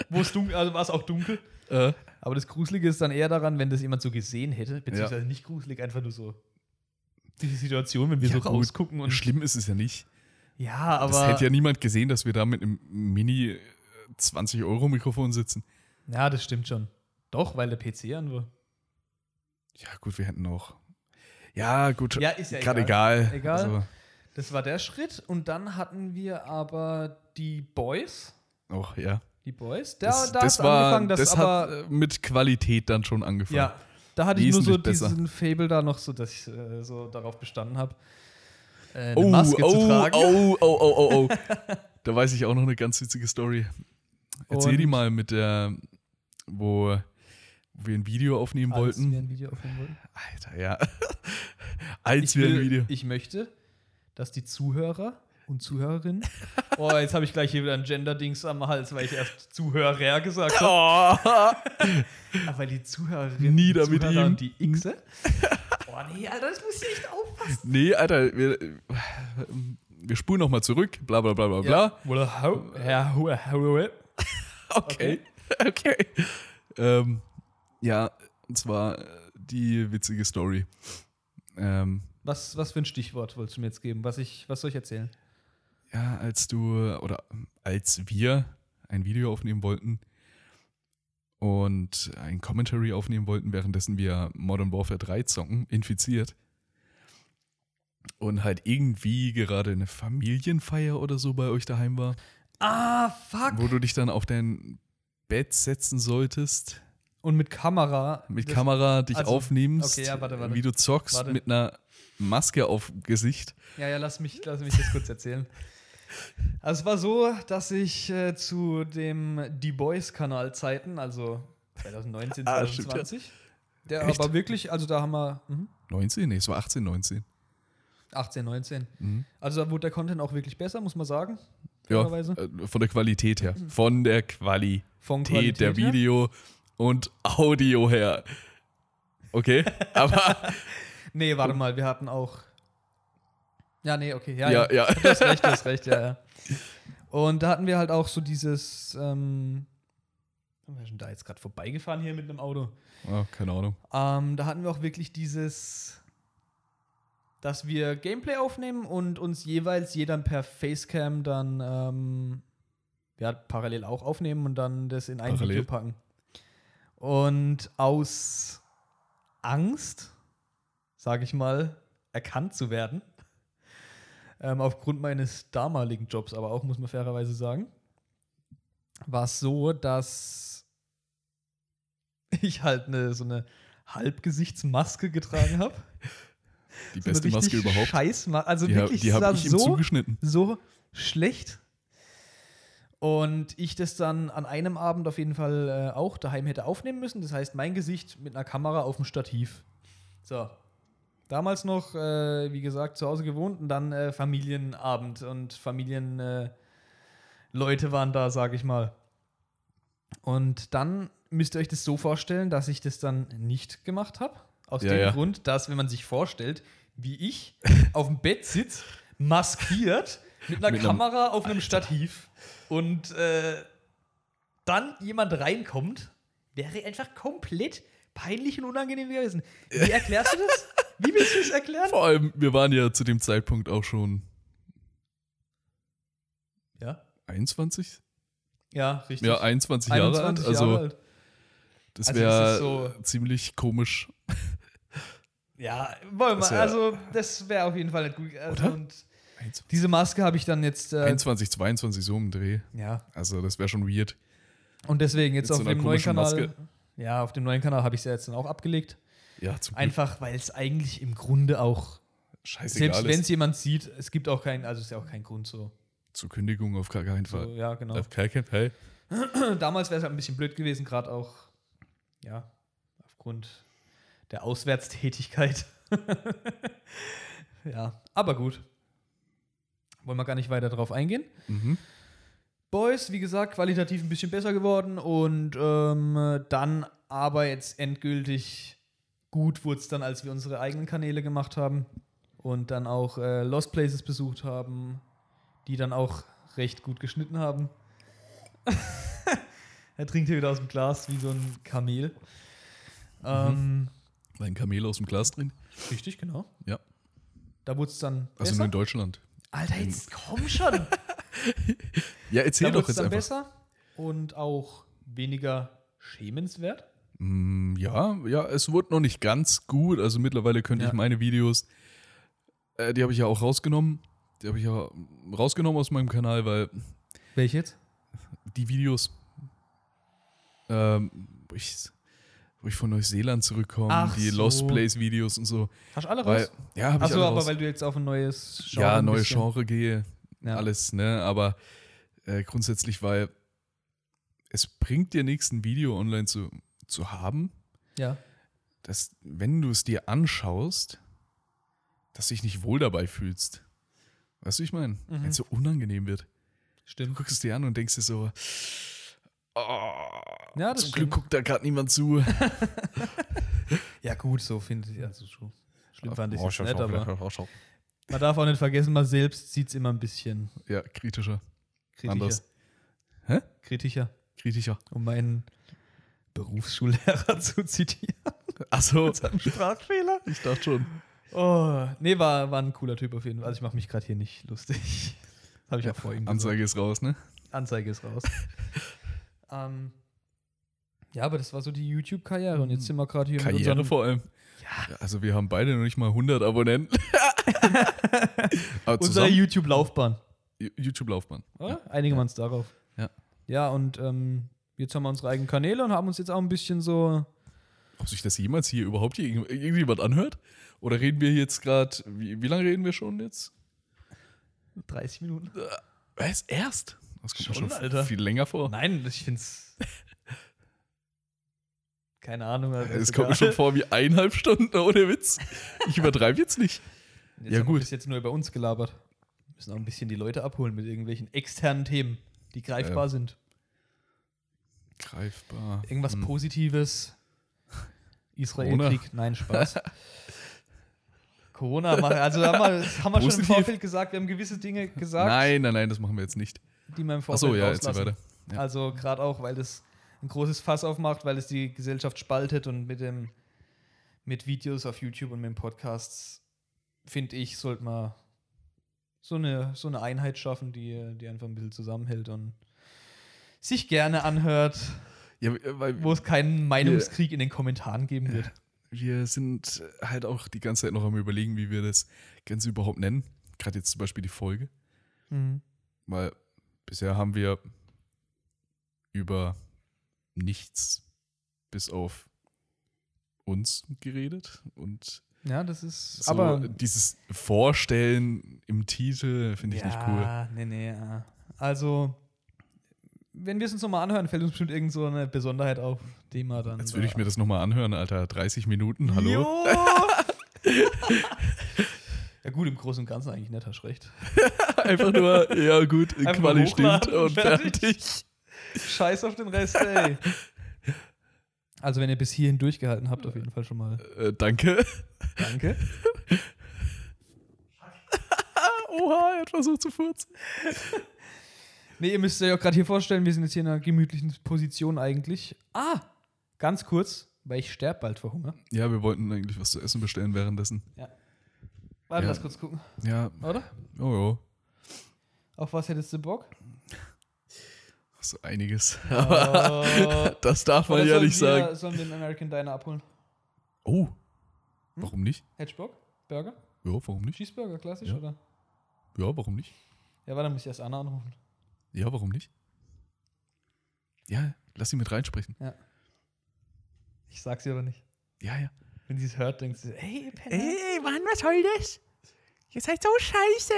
Speaker 1: Wo es dunkel, also war es auch dunkel.
Speaker 2: äh,
Speaker 1: Aber das Gruselige ist dann eher daran, wenn das jemand so gesehen hätte, beziehungsweise nicht gruselig, einfach nur so diese Situation, wenn wir
Speaker 2: Ja,
Speaker 1: so
Speaker 2: gut.
Speaker 1: rausgucken und
Speaker 2: schlimm ist es ja nicht.
Speaker 1: ja, aber
Speaker 2: das hätte ja niemand gesehen, dass wir da mit einem Mini 20 Euro Mikrofon sitzen.
Speaker 1: ja, das stimmt schon. Doch, weil der PC an war.
Speaker 2: Ja, gut, wir hätten auch. Ja, gut,
Speaker 1: Ja, ist ja
Speaker 2: gerade egal.
Speaker 1: Egal.
Speaker 2: Also,
Speaker 1: Das war der Schritt und dann hatten wir aber die Boys.
Speaker 2: auch, ja.
Speaker 1: Die Boys. Da,
Speaker 2: Das,
Speaker 1: da
Speaker 2: das
Speaker 1: hat's
Speaker 2: war,
Speaker 1: angefangen, dass
Speaker 2: das
Speaker 1: aber.
Speaker 2: hat äh, mit Qualität dann schon angefangen.
Speaker 1: ja, da hatte ich nur so
Speaker 2: wesentlich besser.
Speaker 1: diesen Fable da noch, so dass ich äh, so darauf bestanden habe, äh, eine
Speaker 2: Oh,
Speaker 1: Maske
Speaker 2: oh,
Speaker 1: zu tragen.
Speaker 2: oh, oh, oh, oh, oh.
Speaker 1: [LAUGHS]
Speaker 2: da weiß ich auch noch eine ganz witzige Story. Erzähl die
Speaker 1: Und-
Speaker 2: mal mit der, wo wir ein Video aufnehmen
Speaker 1: Als
Speaker 2: wollten.
Speaker 1: wir ein Video aufnehmen wollten.
Speaker 2: Alter, ja. [LAUGHS] Als
Speaker 1: Ich,
Speaker 2: wir ein
Speaker 1: will-
Speaker 2: Video.
Speaker 1: ich möchte, dass die Zuhörer und
Speaker 2: [LAUGHS]
Speaker 1: Zuhörerinnen. oh, jetzt habe ich gleich hier wieder ein Gender-Dings am Hals, weil ich erst Zuhörer gesagt habe.
Speaker 2: Oh.
Speaker 1: Aber die Zuhörerinnen.
Speaker 2: Nieder
Speaker 1: die
Speaker 2: mit
Speaker 1: Zuhörer
Speaker 2: ihm.
Speaker 1: und Die [LAUGHS] Xe. oh nee, Alter, das muss ich echt aufpassen.
Speaker 2: [LAUGHS] Nee, Alter, wir, wir spulen nochmal zurück, bla bla bla bla bla.
Speaker 1: Oder hau, Herr Hau- Hau-
Speaker 2: Okay. [LAUGHS] Okay. Ähm, ja, und zwar äh, die witzige Story. Ähm,
Speaker 1: Was, was für ein Stichwort wolltest du mir jetzt geben? Was, ich, was soll ich erzählen?
Speaker 2: ja, als du oder als wir ein Video aufnehmen wollten und ein Commentary aufnehmen wollten, währenddessen wir Modern Warfare 3 zocken, infiziert, und halt irgendwie gerade eine Familienfeier oder so bei euch daheim war,
Speaker 1: Ah, fuck.
Speaker 2: wo du dich dann auf dein Bett setzen solltest,
Speaker 1: Und mit Kamera.
Speaker 2: mit
Speaker 1: das-
Speaker 2: Kamera dich
Speaker 1: also-
Speaker 2: aufnimmst,
Speaker 1: okay, ja, warte, warte.
Speaker 2: wie du zockst
Speaker 1: Warte.
Speaker 2: mit einer Maske auf dem Gesicht.
Speaker 1: Ja, ja, lass mich, lass mich das kurz erzählen. Also es war so, dass ich äh, zu dem Die Boys-Kanal-Zeiten, also 2019,
Speaker 2: [LAUGHS] Ah, stimmt,
Speaker 1: 2020, der
Speaker 2: Echt?
Speaker 1: aber wirklich, also da haben wir mhm,
Speaker 2: 19? Nee, es war 18, 19.
Speaker 1: 18, 19. Also da wurde der Content auch wirklich besser, muss man sagen.
Speaker 2: Ja,
Speaker 1: Fairerweise.
Speaker 2: äh, von der Qualität her. Von der Qualität,
Speaker 1: Von
Speaker 2: der
Speaker 1: Qualität her?
Speaker 2: Video und Audio her.
Speaker 1: [LAUGHS]
Speaker 2: Okay, aber
Speaker 1: Nee,
Speaker 2: Oh.
Speaker 1: warte mal, wir hatten auch. Ja, nee, okay. Ja,
Speaker 2: ja, ja.
Speaker 1: [LAUGHS] Du hast recht, du hast recht, ja, ja. Und da hatten wir halt auch so dieses. Ähm, haben wir schon da jetzt gerade vorbeigefahren hier mit einem Auto?
Speaker 2: Ah, keine Ahnung.
Speaker 1: Ähm, da hatten wir auch wirklich dieses, dass wir Gameplay aufnehmen und uns jeweils jeder per Facecam dann ähm, ja, parallel auch aufnehmen und dann das in ein
Speaker 2: Parallel.
Speaker 1: Video packen. Und aus Angst, sage ich mal, erkannt zu werden, [LAUGHS] ähm, aufgrund meines damaligen Jobs, aber auch, muss man fairerweise sagen, war es so, dass [LAUGHS] ich halt eine, so eine Halbgesichtsmaske getragen habe.
Speaker 2: Die
Speaker 1: So eine
Speaker 2: beste
Speaker 1: Also richtig
Speaker 2: Maske überhaupt.
Speaker 1: Scheiß Maske. Also
Speaker 2: Die, hab-
Speaker 1: wirklich,
Speaker 2: die
Speaker 1: es sah
Speaker 2: habe ich ihm
Speaker 1: so,
Speaker 2: zugeschnitten.
Speaker 1: so schlecht. Und ich das dann an einem Abend auf jeden Fall äh, auch daheim hätte aufnehmen müssen. Das heißt, mein Gesicht mit einer Kamera auf dem Stativ. So. Damals noch, äh, wie gesagt, zu Hause gewohnt und dann äh, Familienabend und Familienleute äh, Leute waren da, sag ich mal. Und dann müsst ihr euch das so vorstellen, dass ich das dann nicht gemacht habe. Aus
Speaker 2: Ja,
Speaker 1: dem
Speaker 2: ja.
Speaker 1: Grund, dass, wenn man sich vorstellt, wie ich auf dem Bett sitze, maskiert, mit einer
Speaker 2: Mit einem-
Speaker 1: Kamera auf einem Stativ und äh, dann jemand reinkommt, wäre einfach komplett peinlich und unangenehm gewesen. Wie erklärst du das? Wie willst du es erklären?
Speaker 2: Vor allem, wir waren ja zu dem Zeitpunkt auch schon
Speaker 1: Ja.
Speaker 2: 21?
Speaker 1: Ja, richtig.
Speaker 2: Ja, 21 Jahre alt.
Speaker 1: 21
Speaker 2: Also,
Speaker 1: Jahre alt.
Speaker 2: das
Speaker 1: Also,
Speaker 2: wäre
Speaker 1: das ist so-
Speaker 2: ziemlich komisch.
Speaker 1: Ja, wollen
Speaker 2: Das
Speaker 1: wir.
Speaker 2: wär-
Speaker 1: Also, das wäre auf jeden Fall nicht gut. Also,
Speaker 2: Oder?
Speaker 1: Und
Speaker 2: 21,
Speaker 1: diese Maske habe ich dann jetzt. Äh,
Speaker 2: 21, 22, so im Dreh.
Speaker 1: ja.
Speaker 2: Also, das wäre schon weird.
Speaker 1: Und deswegen jetzt
Speaker 2: Mit
Speaker 1: auf
Speaker 2: so einer
Speaker 1: dem neuen
Speaker 2: komischen
Speaker 1: Kanal.
Speaker 2: Maske.
Speaker 1: Ja, auf dem neuen Kanal habe ich sie jetzt dann auch abgelegt.
Speaker 2: Ja, zum Glück.
Speaker 1: Einfach, weil es eigentlich im Grunde auch.
Speaker 2: Scheißegal.
Speaker 1: selbst wenn es
Speaker 2: ist.
Speaker 1: jemand sieht, es gibt auch keinen. Also, es ist ja auch kein Grund so.
Speaker 2: Zur Kündigung auf gar keinen
Speaker 1: so
Speaker 2: Fall.
Speaker 1: ja, genau.
Speaker 2: Auf gar keinen Fall.
Speaker 1: [LAUGHS] Damals wäre es halt ein bisschen blöd gewesen, gerade auch. Ja, aufgrund der Auswärtstätigkeit. [LAUGHS] ja, aber gut. Wollen wir gar nicht weiter drauf eingehen.
Speaker 2: Mhm.
Speaker 1: Boys, wie gesagt, qualitativ ein bisschen besser geworden und ähm, dann aber jetzt endgültig gut wurde es dann, als wir unsere eigenen Kanäle gemacht haben und dann auch äh, Lost Places besucht haben, die dann auch recht gut geschnitten haben. er trinkt hier wieder aus dem Glas wie so ein Kamel. Ähm,
Speaker 2: War ein Kamel aus dem Glas drin?
Speaker 1: Richtig, genau.
Speaker 2: Ja.
Speaker 1: Da wurde es dann
Speaker 2: Also nur
Speaker 1: besser.
Speaker 2: in Deutschland.
Speaker 1: Alter, jetzt komm schon.
Speaker 2: Ja, erzähl
Speaker 1: da
Speaker 2: doch
Speaker 1: wird's
Speaker 2: jetzt
Speaker 1: dann
Speaker 2: einfach.
Speaker 1: besser und auch weniger schämenswert.
Speaker 2: Mm, Ja, ja, es wurde noch nicht ganz gut. Also mittlerweile könnte
Speaker 1: Ja.
Speaker 2: ich meine Videos, äh, die habe ich ja auch rausgenommen. Die habe ich ja rausgenommen aus meinem Kanal, weil
Speaker 1: Welche jetzt?
Speaker 2: die Videos, ähm, wo, ich, wo ich von Neuseeland zurückkomme,
Speaker 1: Ach
Speaker 2: die
Speaker 1: so.
Speaker 2: Lost Place Videos und so.
Speaker 1: Hast du alle
Speaker 2: Weil,
Speaker 1: raus?
Speaker 2: ja, habe ich
Speaker 1: Achso,
Speaker 2: alle
Speaker 1: aber
Speaker 2: raus.
Speaker 1: weil du jetzt auf ein neues Genre
Speaker 2: ja,
Speaker 1: ein
Speaker 2: neue
Speaker 1: bisschen-
Speaker 2: Genre gehe,
Speaker 1: Ja.
Speaker 2: alles, ne? Aber äh, grundsätzlich, weil es bringt dir nichts, ein Video online zu, zu haben,
Speaker 1: Ja.
Speaker 2: dass, wenn du es dir anschaust, dass du dich nicht wohl dabei fühlst. Weißt du, wie ich meine?
Speaker 1: Mhm.
Speaker 2: Wenn es so unangenehm wird. Du
Speaker 1: Stimmt.
Speaker 2: guckst es dir an und denkst dir so, oh,
Speaker 1: Ja, das
Speaker 2: zum
Speaker 1: stimmt.
Speaker 2: Glück guckt da gerade niemand zu.
Speaker 1: Ja, gut, so finde ich. Also schon. Schlimm fand ich es jetzt
Speaker 2: Oh, schau,
Speaker 1: nicht,
Speaker 2: schau,
Speaker 1: aber
Speaker 2: schau, schau.
Speaker 1: man darf auch nicht vergessen, man selbst sieht es immer ein bisschen
Speaker 2: Ja, kritischer.
Speaker 1: kritischer.
Speaker 2: Anders. Hä?
Speaker 1: Kritischer,
Speaker 2: Kritischer.
Speaker 1: um meinen Berufsschullehrer [LAUGHS] zu zitieren. [LAUGHS]
Speaker 2: Achso,
Speaker 1: Sprachfehler?
Speaker 2: ich dachte schon.
Speaker 1: Oh, nee, war, war ein cooler Typ auf jeden Fall. Also ich mache mich gerade hier nicht lustig. [LAUGHS] Das habe ich auch vor ihm gesagt.
Speaker 2: Ansage ist raus, ne?
Speaker 1: Anzeige ist
Speaker 2: [LAUGHS]
Speaker 1: raus. ähm, ja, aber das war so die YouTube-Karriere und jetzt sind wir gerade hier
Speaker 2: Mhm. Karriere
Speaker 1: mit unseren,
Speaker 2: vor allem.
Speaker 1: Ja.
Speaker 2: [LAUGHS] Also wir haben beide noch nicht mal 100 Abonnenten. Aber
Speaker 1: Unsere
Speaker 2: zusammen
Speaker 1: YouTube-Laufbahn.
Speaker 2: Ju- YouTube-Laufbahn.
Speaker 1: Oder? Einige waren es darauf.
Speaker 2: Ja.
Speaker 1: Ja, und ähm, jetzt haben wir unsere eigenen Kanäle und haben uns jetzt auch ein bisschen so.
Speaker 2: Ob sich das jemals hier überhaupt hier irgend- irgendjemand anhört? Oder reden wir jetzt gerade, wie, wie lange reden wir schon jetzt?
Speaker 1: 30 Minuten.
Speaker 2: Was? Erst? Das kommt mir
Speaker 1: Schon,
Speaker 2: schon
Speaker 1: Alter.
Speaker 2: viel länger vor.
Speaker 1: Nein, ich find's. Keine Ahnung. also
Speaker 2: Es
Speaker 1: ist
Speaker 2: kommt mir
Speaker 1: egal.
Speaker 2: schon vor wie eineinhalb Stunden, ohne Witz. Ich übertreibe jetzt nicht.
Speaker 1: Jetzt
Speaker 2: Ja,
Speaker 1: haben wir
Speaker 2: gut.
Speaker 1: bis jetzt nur über uns gelabert. Wir müssen auch ein bisschen die Leute abholen mit irgendwelchen externen Themen, die greifbar sind.
Speaker 2: Greifbar.
Speaker 1: Irgendwas
Speaker 2: Hm. [LAUGHS]
Speaker 1: Positives.
Speaker 2: Corona.
Speaker 1: Israel-Krieg, nein, Spaß.
Speaker 2: [LAUGHS]
Speaker 1: Corona, mach- also haben wir, haben wir schon im
Speaker 2: Positiv.
Speaker 1: Vorfeld gesagt, wir haben gewisse Dinge gesagt,
Speaker 2: Nein, nein, nein, das machen wir jetzt nicht.
Speaker 1: die man im Vorfeld
Speaker 2: Achso, ja, jetzt
Speaker 1: rauslassen.
Speaker 2: weiter. Ja.
Speaker 1: Also gerade auch, weil das ein großes Fass aufmacht, weil es die Gesellschaft spaltet und mit dem mit Videos auf YouTube und mit den Podcasts, finde ich, sollte man so eine, so eine Einheit schaffen, die, die einfach ein bisschen zusammenhält und sich gerne anhört,
Speaker 2: Ja, weil
Speaker 1: wo es keinen Meinungskrieg in den Kommentaren geben wird.
Speaker 2: wir sind halt auch die ganze Zeit noch am überlegen, wie wir das Ganze überhaupt nennen. Gerade jetzt zum Beispiel die Folge.
Speaker 1: Mhm.
Speaker 2: Weil bisher haben wir über nichts bis auf uns geredet. Und
Speaker 1: Ja, das ist.
Speaker 2: so äh,
Speaker 1: aber
Speaker 2: dieses Vorstellen im Titel finde ich nicht cool.
Speaker 1: Ja, nee, nee. ja. Also, wenn wir es uns nochmal anhören, fällt uns bestimmt irgend so eine Besonderheit auf, die man dann.
Speaker 2: Jetzt würde ich mir das nochmal anhören, Alter. 30 Minuten, hallo?
Speaker 1: Jo! ja, gut, im Großen und Ganzen eigentlich nicht, hast recht.
Speaker 2: [LAUGHS] Einfach nur, ja gut,
Speaker 1: nur
Speaker 2: Quali
Speaker 1: hochladen,
Speaker 2: stimmt und
Speaker 1: fertig.
Speaker 2: fertig.
Speaker 1: Scheiß auf den Rest,
Speaker 2: [LAUGHS]
Speaker 1: ey. Also, wenn ihr bis hierhin durchgehalten habt, auf jeden Fall schon mal
Speaker 2: Äh, danke.
Speaker 1: danke.
Speaker 2: Oha, er hat versucht zu furzen.
Speaker 1: Nee, ihr müsst euch auch gerade hier vorstellen, wir sind jetzt hier in einer gemütlichen Position eigentlich. Ah, ganz kurz, weil ich sterbe bald vor Hunger.
Speaker 2: Ja, wir wollten eigentlich was zu essen bestellen währenddessen.
Speaker 1: Warte,
Speaker 2: Ja.
Speaker 1: lass kurz gucken,
Speaker 2: Ja,
Speaker 1: oder?
Speaker 2: oh jo.
Speaker 1: Auf was hättest du
Speaker 2: [LAUGHS]
Speaker 1: Bock?
Speaker 2: So [LAUGHS] einiges.
Speaker 1: Äh,
Speaker 2: Das darf man
Speaker 1: Oder
Speaker 2: ja
Speaker 1: sollen
Speaker 2: nicht
Speaker 1: wir-
Speaker 2: sagen.
Speaker 1: Sollen wir den American Diner abholen?
Speaker 2: Oh. Warum nicht?
Speaker 1: Hedgeburg? Burger?
Speaker 2: Ja, warum nicht?
Speaker 1: Cheeseburger, klassisch,
Speaker 2: Ja.
Speaker 1: oder?
Speaker 2: Ja, warum nicht?
Speaker 1: Ja, warte, muss ich erst Anna anrufen.
Speaker 2: Ja, warum nicht? Ja, lass sie mit reinsprechen.
Speaker 1: Ich sag's ihr aber nicht.
Speaker 2: Ja, ja.
Speaker 1: Wenn sie es hört, denkt sie, ey, Penner.
Speaker 3: Ey, Mann, was soll das? Ihr seid so scheiße.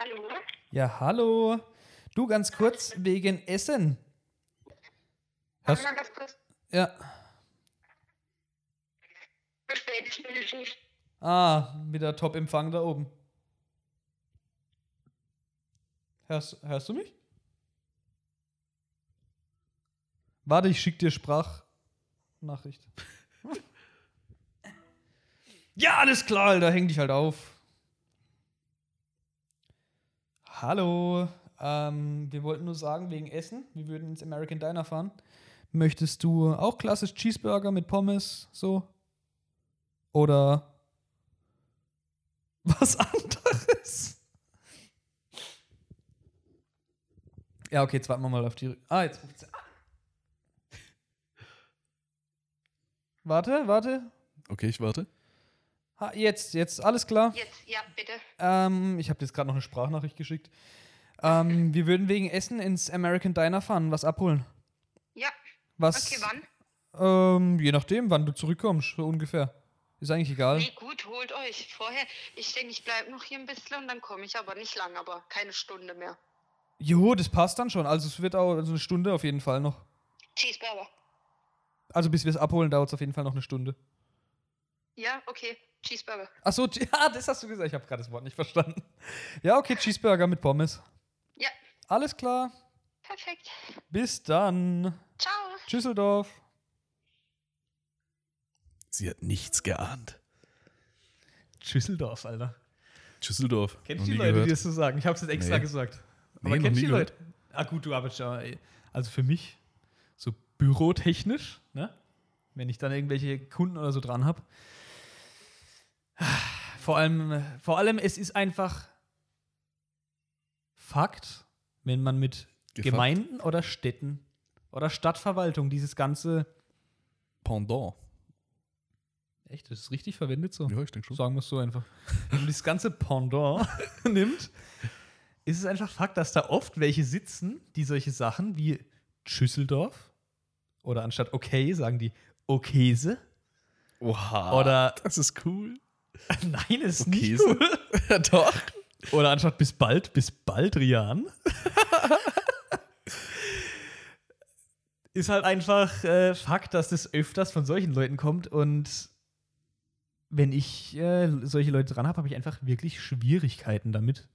Speaker 4: Hallo?
Speaker 1: Ja, hallo. Du, ganz kurz, wegen Essen.
Speaker 4: Hast
Speaker 1: Hast,
Speaker 4: du ganz kurz
Speaker 1: ja.
Speaker 4: bestätigt, bin ich nicht.
Speaker 1: Ah, wieder Top-Empfang da oben. Hörst, hörst du mich? Warte, ich schick dir Sprachnachricht. [LAUGHS] ja, alles klar, Alter, häng dich halt auf. Hallo, ähm, wir wollten nur sagen, wegen Essen, wir würden ins American Diner fahren. Möchtest du auch klassisch Cheeseburger mit Pommes, so? Oder was anderes. Ja, okay, jetzt warten wir mal auf die. Ah, jetzt ruft sie an. Warte, warte.
Speaker 2: Okay, ich warte.
Speaker 1: Ha, jetzt, jetzt, alles klar.
Speaker 4: Jetzt, ja, bitte.
Speaker 1: Ähm, ich habe jetzt gerade noch eine Sprachnachricht geschickt. Ähm, wir würden wegen Essen ins American Diner fahren, was abholen.
Speaker 4: Ja,
Speaker 1: Was?
Speaker 4: okay, wann?
Speaker 1: Ähm, je nachdem, wann du zurückkommst, so ungefähr. Ist eigentlich egal.
Speaker 4: Nee, gut, holt euch vorher. Ich denke, ich bleibe noch hier ein bisschen und dann komme ich aber nicht lang, aber keine Stunde mehr.
Speaker 1: Jo, das passt dann schon. Also es wird auch also eine Stunde auf jeden Fall noch.
Speaker 4: Cheeseburger.
Speaker 1: Also bis wir es abholen, dauert es auf jeden Fall noch eine Stunde.
Speaker 4: Ja, okay, Cheeseburger.
Speaker 1: Achso, [LAUGHS] ja, das hast du gesagt. Ich habe gerade das Wort nicht verstanden. Ja, okay, Cheeseburger mit Pommes.
Speaker 4: Ja,
Speaker 1: Alles klar.
Speaker 4: perfekt.
Speaker 1: Bis dann.
Speaker 4: Ciao.
Speaker 1: Tschüsseldorf.
Speaker 2: Sie hat nichts geahnt.
Speaker 1: Tschüsseldorf, Alter.
Speaker 2: Düsseldorf.
Speaker 1: Kennst
Speaker 2: Noch
Speaker 1: du die
Speaker 2: nie
Speaker 1: Leute,
Speaker 2: gehört.
Speaker 1: die das so sagen? Ich habe es jetzt extra
Speaker 2: Nee.
Speaker 1: gesagt.
Speaker 2: Nee,
Speaker 1: Aber
Speaker 2: noch
Speaker 1: kennst
Speaker 2: nie
Speaker 1: du die
Speaker 2: gehört.
Speaker 1: Leute? Ah, gut, du arbeitest ja. ey. Also für mich, so bürotechnisch, ne? Wenn ich dann irgendwelche Kunden oder so dran habe. [SIGHS] Vor allem, vor allem, es ist einfach Fakt, wenn man mit
Speaker 2: Gefakt.
Speaker 1: Gemeinden oder Städten Oder Stadtverwaltung, dieses ganze.
Speaker 2: Pendant.
Speaker 1: Echt, das ist richtig verwendet so.
Speaker 2: Ja, ich denke schon.
Speaker 1: Sagen wir es so einfach. Hm? [LAUGHS] Wenn man das ganze Pendant [LAUGHS] nimmt, ist es einfach Fakt, dass da oft welche sitzen, die solche Sachen wie Schüsseldorf oder anstatt okay sagen die Okese.
Speaker 2: Oha.
Speaker 1: Oder-
Speaker 2: Das ist cool.
Speaker 1: [LAUGHS] Nein, es ist nicht
Speaker 2: Okese?
Speaker 1: cool. [LAUGHS]
Speaker 2: Doch.
Speaker 1: Oder anstatt bis bald, bis bald, [LAUGHS] Rian. ist halt einfach äh, Fakt, dass das öfters von solchen Leuten kommt. Und wenn ich äh, solche Leute dran habe, habe ich einfach wirklich Schwierigkeiten damit.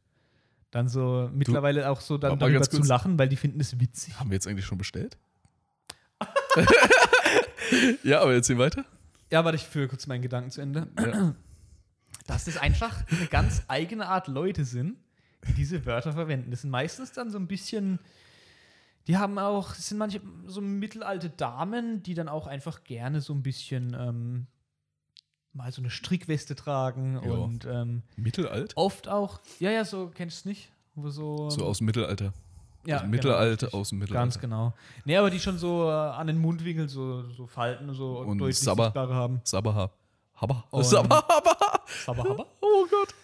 Speaker 1: Dann so mittlerweile auch so
Speaker 2: aber
Speaker 1: dann
Speaker 2: mal
Speaker 1: darüber
Speaker 2: ganz
Speaker 1: zu
Speaker 2: kurz.
Speaker 1: lachen, weil die finden es witzig.
Speaker 2: Haben wir jetzt eigentlich
Speaker 1: [LAUGHS]
Speaker 2: schon bestellt? [LAUGHS] ja, aber erzähl weiter.
Speaker 1: Ja, warte, ich führe kurz meinen Gedanken zu Ende. [CLEARS THROAT]
Speaker 2: Ja.
Speaker 1: Dass das einfach eine ganz eigene Art Leute sind, die diese Wörter verwenden. Das sind meistens dann so ein bisschen, die haben auch, es sind manche so mittelalte Damen, die dann auch einfach gerne so ein bisschen ähm, mal so eine Strickweste tragen
Speaker 2: Ja.
Speaker 1: und ähm,
Speaker 2: Mittelalt?
Speaker 1: oft auch, ja, ja, so kennst du es nicht, wo so,
Speaker 2: So aus dem Mittelalter.
Speaker 1: Ähm, ja, genau,
Speaker 2: aus dem Mittelalter,
Speaker 1: richtig.
Speaker 2: aus dem Mittelalter.
Speaker 1: Ganz genau. Nee, aber die schon so äh, an den Mundwinkeln so, so Falten so
Speaker 2: Und
Speaker 1: deutlich
Speaker 2: Sabber.
Speaker 1: sichtbare haben.
Speaker 2: Sabaha. Haba.
Speaker 1: Und-
Speaker 2: Sabahaba.
Speaker 1: Sabber, habber.
Speaker 2: Oh Gott.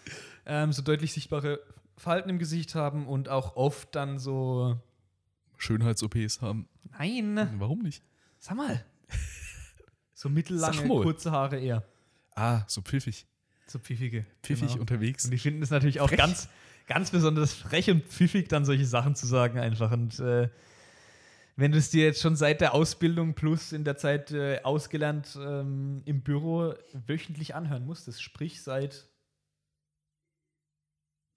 Speaker 1: ähm, so deutlich sichtbare Falten im Gesicht haben und auch oft dann so.
Speaker 2: Schönheits-OPs haben.
Speaker 1: Nein,
Speaker 2: Warum nicht?
Speaker 1: sag mal. So mittellange,
Speaker 2: Sag mal.
Speaker 1: kurze Haare eher.
Speaker 2: Ah, so pfiffig.
Speaker 1: So pfiffige.
Speaker 2: Pfiffig
Speaker 1: genau.
Speaker 2: unterwegs.
Speaker 1: Und die finden es natürlich auch ganz, ganz besonders frech und pfiffig, dann solche Sachen zu sagen einfach. Und äh, wenn du es dir jetzt schon seit der Ausbildung plus in der Zeit äh, ausgelernt ähm, im Büro wöchentlich anhören musstest, sprich seit.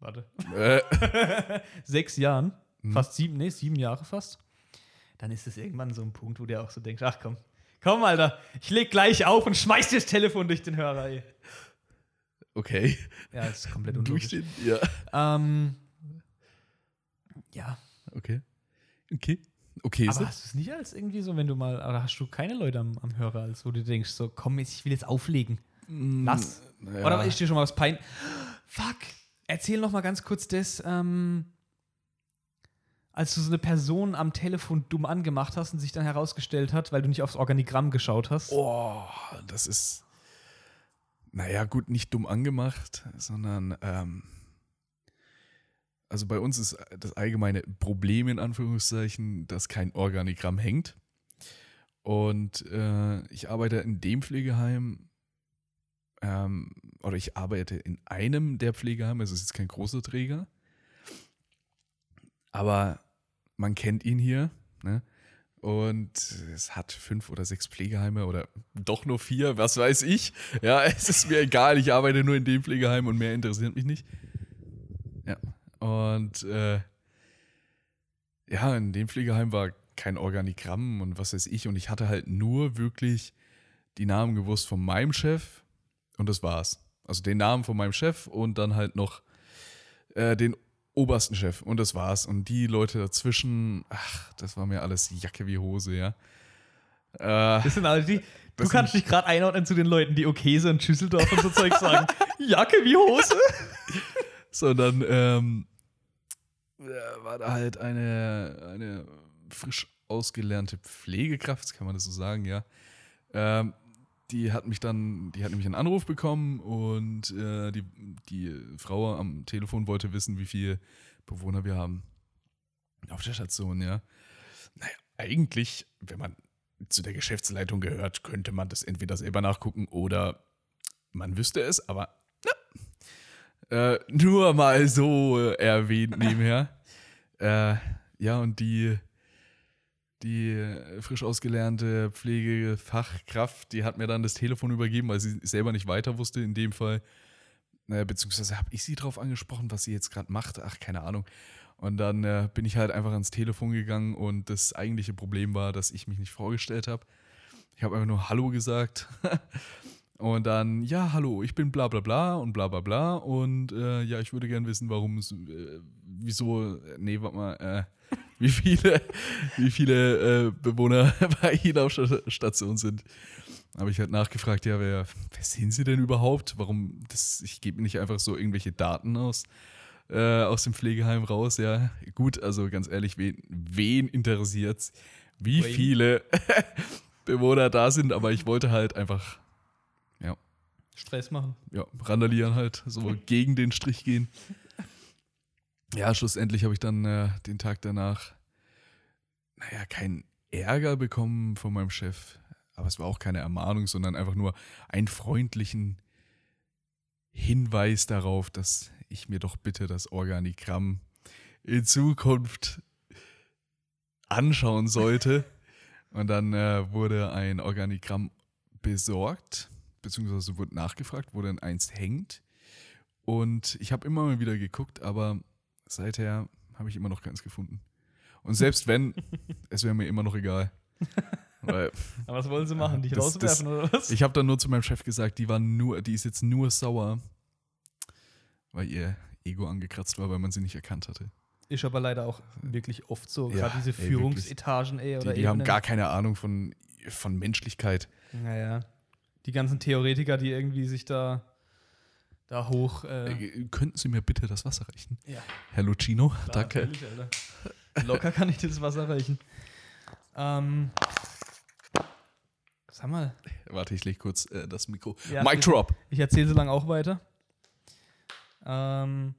Speaker 1: Warte. [LAUGHS]
Speaker 2: Äh,
Speaker 1: sechs Jahren,
Speaker 2: Mhm.
Speaker 1: fast sieben, nee, sieben Jahre fast, dann ist es irgendwann so ein Punkt, wo der auch so denkt, ach komm, komm, Alter, ich leg gleich auf und schmeiß dir das Telefon durch den Hörer, ey.
Speaker 2: okay.
Speaker 1: Ja, das ist komplett
Speaker 2: Durch
Speaker 1: unlogisch.
Speaker 2: den. Ja.
Speaker 1: Ähm, ja,
Speaker 2: Okay. Okay. Okay.
Speaker 1: aber hast du es nicht als irgendwie so, wenn du mal, oder hast du keine Leute am, am Hörer, als wo du denkst, so, komm, jetzt, ich will jetzt auflegen. Lass.
Speaker 2: Mm, Ja.
Speaker 1: Oder ist dir schon mal was pein... Fuck, erzähl noch mal ganz kurz das, ähm, als du so eine Person am Telefon dumm angemacht hast und sich dann herausgestellt hat, weil du nicht aufs Organigramm geschaut hast.
Speaker 2: Oh, das ist. Naja, gut, nicht dumm angemacht, sondern. Ähm, also bei uns ist das allgemeine Problem in Anführungszeichen, dass kein Organigramm hängt. Und äh, ich arbeite in dem Pflegeheim. Ähm, oder ich arbeite in einem der Pflegeheime, es ist jetzt kein großer Träger. Aber man kennt ihn hier. Ne? Und es hat fünf oder sechs Pflegeheime oder doch nur vier, was weiß ich. Ja, [LAUGHS] es ist mir egal, ich arbeite nur in dem Pflegeheim und mehr interessiert mich nicht. Ja, und äh, ja, in dem Pflegeheim war kein Organigramm und was weiß ich. Und ich hatte halt nur wirklich die Namen gewusst von meinem Chef und das war's. Also den Namen von meinem Chef und dann halt noch äh, den obersten Chef und das war's. Und die Leute dazwischen, ach, das war mir alles Jacke wie Hose, ja. Äh,
Speaker 1: Das sind alle die. Du
Speaker 2: Das
Speaker 1: kannst dich gerade einordnen zu den Leuten, die Okese und Schüsseldorf und so Zeug sagen. Jacke wie Hose.
Speaker 2: sondern ähm, äh, war da halt eine, eine frisch ausgelernte Pflegekraft, kann man das so sagen, ja. Ähm, die hat mich dann, die hat nämlich einen Anruf bekommen und äh, die, die Frau am Telefon wollte wissen, wie viele Bewohner wir haben auf der Station, ja. Naja, eigentlich, wenn man zu der Geschäftsleitung gehört, könnte man das entweder selber nachgucken oder man wüsste es, aber äh, nur mal so äh, erwähnt nebenher. äh, ja, und die, die äh, frisch ausgelernte Pflegefachkraft, die hat mir dann das Telefon übergeben, weil sie selber nicht weiter wusste in dem Fall. Äh, beziehungsweise habe ich sie drauf angesprochen, was sie jetzt gerade macht. Ach, keine Ahnung. Und dann äh, bin ich halt einfach ans Telefon gegangen und das eigentliche Problem war, dass ich mich nicht vorgestellt habe. Ich habe einfach nur Hallo gesagt. [LAUGHS] Und dann, ja, hallo, ich bin bla bla bla und bla bla bla. Und äh, ja, ich würde gerne wissen, warum es, äh, wieso, äh, nee, warte mal, äh, [LAUGHS] wie viele, wie viele äh, Bewohner [LAUGHS] bei Ihnen auf Sta- Station sind. Habe ich halt nachgefragt, ja, wer, wer sind Sie denn überhaupt? Warum, das, ich gebe nicht einfach so irgendwelche Daten aus, äh, aus dem Pflegeheim raus, ja. Gut, also ganz ehrlich, wen, wen interessiert's? wie
Speaker 1: Ui.
Speaker 2: viele [LAUGHS] Bewohner da sind, aber ich wollte halt einfach
Speaker 1: Stress machen.
Speaker 2: ja, randalieren halt, so gegen den Strich gehen. Ja, schlussendlich habe ich dann äh, den Tag danach, naja, keinen Ärger bekommen von meinem Chef, aber es war auch keine Ermahnung, sondern einfach nur einen freundlichen Hinweis darauf, dass ich mir doch bitte das Organigramm in Zukunft anschauen sollte. Und dann äh, wurde ein Organigramm besorgt beziehungsweise wurde nachgefragt, wo denn eins hängt. Und ich habe immer mal wieder geguckt, aber seither habe ich immer noch keins gefunden. Und
Speaker 1: [LAUGHS]
Speaker 2: selbst wenn, es wäre mir immer noch egal. Weil
Speaker 1: Aber was wollen sie machen? Dich
Speaker 2: Das-
Speaker 1: rauswerfen oder was?
Speaker 2: ich habe dann nur zu meinem Chef gesagt, die war nur, die ist jetzt nur sauer, weil ihr Ego angekratzt war, weil man sie nicht erkannt hatte.
Speaker 1: Ist aber leider auch wirklich oft so.
Speaker 2: Ja,
Speaker 1: Gerade diese
Speaker 2: ey, wirklich.
Speaker 1: Führungsetagen ey,
Speaker 2: Die,
Speaker 1: oder
Speaker 2: die haben
Speaker 1: Ebenen.
Speaker 2: gar keine Ahnung von, von Menschlichkeit.
Speaker 1: Naja. Die ganzen Theoretiker, die irgendwie sich da, da hoch. Äh,
Speaker 2: Äh, Könnten Sie mir bitte das Wasser reichen?
Speaker 1: ja,
Speaker 2: Herr Lucino,
Speaker 1: klar,
Speaker 2: danke.
Speaker 1: natürlich, Alter. Locker kann ich dir das Wasser reichen. Ähm, sag mal,
Speaker 2: Warte, ich lege kurz äh, das Mikro.
Speaker 1: Ja,
Speaker 2: Mic
Speaker 1: das-
Speaker 2: drop.
Speaker 1: ich erzähle so lange auch weiter. Ähm,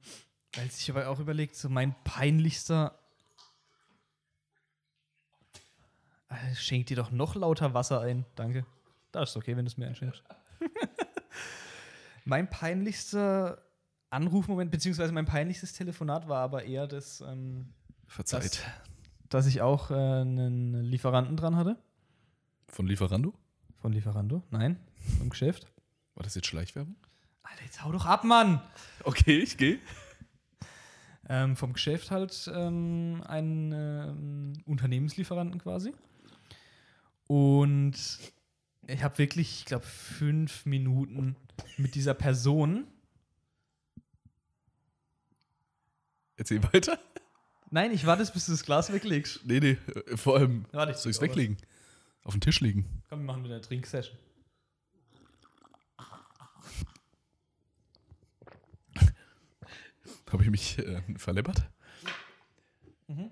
Speaker 1: als ich aber auch überlegt, so mein peinlichster. Äh, Schenk dir doch noch lauter Wasser ein. Danke. Da ist okay, wenn du es mir einschenkst. [LAUGHS] mein peinlichster Anrufmoment, beziehungsweise mein peinlichstes Telefonat war aber eher das. Ähm,
Speaker 2: Verzeiht.
Speaker 1: dass ich auch äh, einen Lieferanten dran hatte.
Speaker 2: Von Lieferando?
Speaker 1: Von Lieferando? Nein, vom Geschäft.
Speaker 2: War das jetzt Schleichwerbung?
Speaker 1: Alter, jetzt hau doch ab, Mann!
Speaker 2: Okay, ich gehe.
Speaker 1: Ähm, vom Geschäft halt ähm, einen ähm, Unternehmenslieferanten quasi. Und ich habe wirklich, ich glaube, fünf Minuten mit dieser Person.
Speaker 2: Erzähl weiter.
Speaker 1: Nein, ich warte, bis du das Glas weglegst.
Speaker 2: Nee, nee, äh, vor allem
Speaker 1: Warte, ich
Speaker 2: soll ich es
Speaker 1: zieh auch was.
Speaker 2: weglegen. Auf den Tisch legen.
Speaker 1: Komm, wir machen wieder eine Trinksession.
Speaker 2: Habe ich mich äh, verleppert?
Speaker 1: Mhm.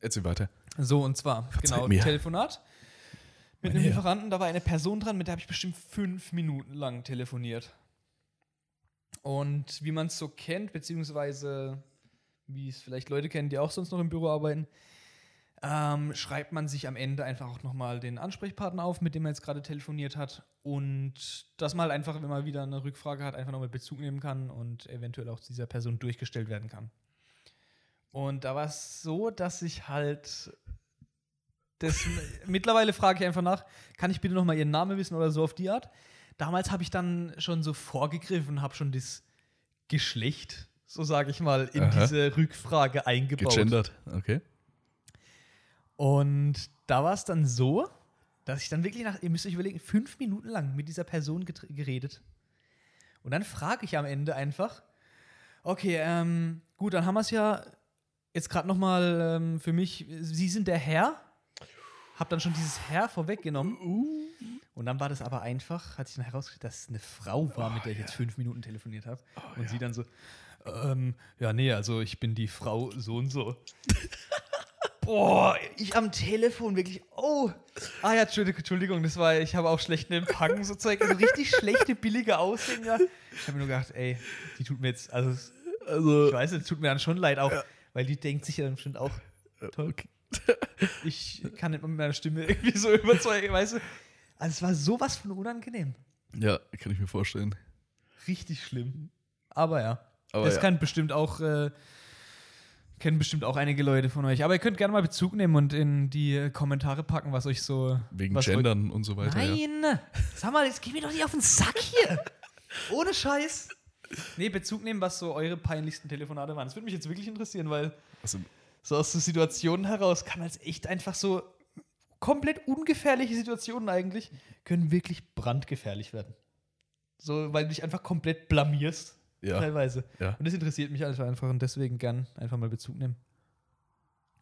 Speaker 2: Erzähl weiter.
Speaker 1: So, und zwar,
Speaker 2: Verzeiht
Speaker 1: genau,
Speaker 2: mir.
Speaker 1: Telefonat. Mit
Speaker 2: Meine
Speaker 1: einem
Speaker 2: Herren.
Speaker 1: Lieferanten, da war eine Person dran, mit der habe ich bestimmt fünf Minuten lang telefoniert. Und wie man es so kennt, beziehungsweise wie es vielleicht Leute kennen, die auch sonst noch im Büro arbeiten, ähm, schreibt man sich am Ende einfach auch nochmal den Ansprechpartner auf, mit dem man jetzt gerade telefoniert hat. Und dass man halt einfach, wenn man wieder eine Rückfrage hat, einfach nochmal Bezug nehmen kann und eventuell auch zu dieser Person durchgestellt werden kann. Und da war es so, dass ich halt. Das, [LAUGHS] mittlerweile frage ich einfach nach, kann ich bitte nochmal Ihren Namen wissen oder so auf die Art? Damals habe ich dann schon so vorgegriffen und habe schon das Geschlecht, so sage ich mal, in
Speaker 2: Aha.
Speaker 1: diese Rückfrage eingebaut.
Speaker 2: Gegendert. Okay.
Speaker 1: Und da war es dann so, dass ich dann wirklich nach, ihr müsst euch überlegen, fünf Minuten lang mit dieser Person getr- geredet. Und dann frage ich am Ende einfach, okay, ähm, gut, dann haben wir es ja jetzt gerade nochmal ähm, für mich, Sie sind der Herr. Hab dann schon dieses Herr vorweggenommen. Und dann war das aber einfach, hatte ich dann herausgekriegt, dass es eine Frau war, mit der ich jetzt fünf Minuten telefoniert habe. und sie dann so, ähm, ja, nee, also ich bin die Frau so und so. Boah, ich am Telefon wirklich. Oh. Ah ja, Entschuldigung, Entschuldigung das war, ich habe auch schlechten Empfang so Zeug. Also richtig schlechte, billige Aussehen. Ja. Ich habe mir nur gedacht, ey, die tut mir jetzt, also es- ich
Speaker 2: Also,
Speaker 1: weiß, es tut mir dann schon leid auch, weil die denkt sich ja dann bestimmt auch, toll, ich kann nicht mal mit meiner Stimme irgendwie so [LAUGHS] überzeugen, weißt du. Also es war sowas von unangenehm.
Speaker 2: ja, kann ich mir vorstellen.
Speaker 1: Richtig schlimm. Aber ja.
Speaker 2: Aber
Speaker 1: das
Speaker 2: ja.
Speaker 1: kann bestimmt auch, äh, kennen bestimmt auch einige Leute von euch. Aber ihr könnt gerne mal Bezug nehmen und in die äh, Kommentare packen, was euch so.
Speaker 2: Wegen
Speaker 1: was
Speaker 2: Gendern und so
Speaker 1: Euch,
Speaker 2: weiter. Ja.
Speaker 1: nein! Sag mal, jetzt geh mir doch nicht auf den Sack hier! Ohne Scheiß! Nee, Bezug nehmen, was so eure peinlichsten Telefonate waren. Das würde mich jetzt wirklich interessieren, weil
Speaker 2: Also,
Speaker 1: so aus so Situationen heraus kann als echt einfach so komplett ungefährliche Situationen eigentlich können wirklich brandgefährlich werden. So, weil du dich einfach komplett blamierst.
Speaker 2: ja.
Speaker 1: Teilweise.
Speaker 2: Ja.
Speaker 1: Und das interessiert mich also einfach und deswegen gern einfach mal Bezug nehmen.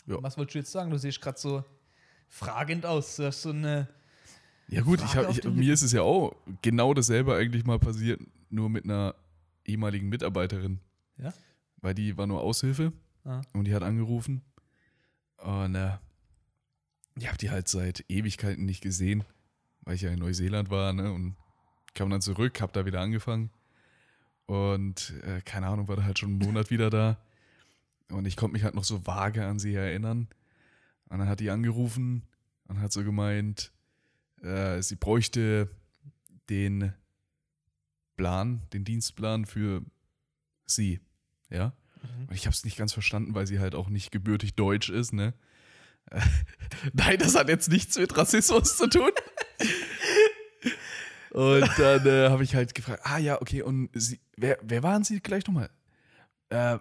Speaker 2: Ja.
Speaker 1: Was wolltest du jetzt sagen? Du siehst gerade so fragend aus. Du hast so eine.
Speaker 2: ja, gut, ich
Speaker 1: Frage
Speaker 2: hab,
Speaker 1: auf
Speaker 2: ich,
Speaker 1: den
Speaker 2: mir ist es ja auch genau dasselbe eigentlich mal passiert, nur mit einer ehemaligen Mitarbeiterin.
Speaker 1: Ja?
Speaker 2: Weil die war nur Aushilfe
Speaker 1: Ah.
Speaker 2: und die hat angerufen Und äh, ich habe die halt seit Ewigkeiten nicht gesehen, weil ich ja in Neuseeland war, ne? Und kam dann zurück, habe da wieder angefangen. Und äh, keine Ahnung, war da halt schon einen Monat wieder da. Und ich konnte mich halt noch so vage an sie erinnern. Und dann hat die angerufen und hat so gemeint, äh, sie bräuchte den Plan, den Dienstplan für sie. Ja?
Speaker 1: Mhm.
Speaker 2: Und ich habe es nicht ganz verstanden, weil sie halt auch nicht gebürtig deutsch ist, ne? [LAUGHS] Äh, Nein, das hat jetzt nichts mit Rassismus zu tun. Und dann äh, habe ich halt gefragt, ah ja, okay, und sie, wer, wer waren Sie gleich nochmal? Äh,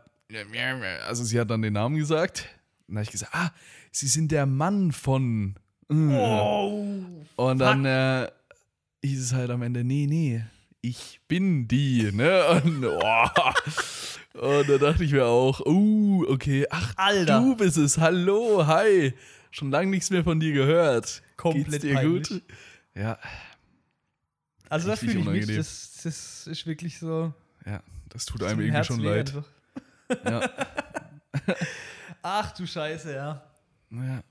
Speaker 2: also sie hat dann den Namen gesagt. Dann habe ich gesagt, ah, Sie sind der Mann von. äh,
Speaker 1: Oh.
Speaker 2: und dann äh, hieß es halt am Ende, nee, nee, ich bin die, ne? [LAUGHS] Und, oh. und da dachte ich mir auch, uh, okay, ach,
Speaker 1: Alter.
Speaker 2: du bist es, hallo, hi. Schon lange nichts mehr von dir gehört.
Speaker 1: Komplett
Speaker 2: Geht's dir gut?
Speaker 1: peinlich.
Speaker 2: Ja,
Speaker 1: Also das
Speaker 2: Richtig
Speaker 1: fühle ich mich.
Speaker 2: unangenehm.
Speaker 1: Das, das ist wirklich so.
Speaker 2: ja, das tut
Speaker 1: das
Speaker 2: einem
Speaker 1: tut
Speaker 2: irgendwie
Speaker 1: mir
Speaker 2: schon
Speaker 1: herzweh
Speaker 2: leid.
Speaker 1: einfach.
Speaker 2: Ja.
Speaker 1: [LAUGHS]
Speaker 2: [LAUGHS]
Speaker 1: Ach du Scheiße, ja.
Speaker 2: Ja.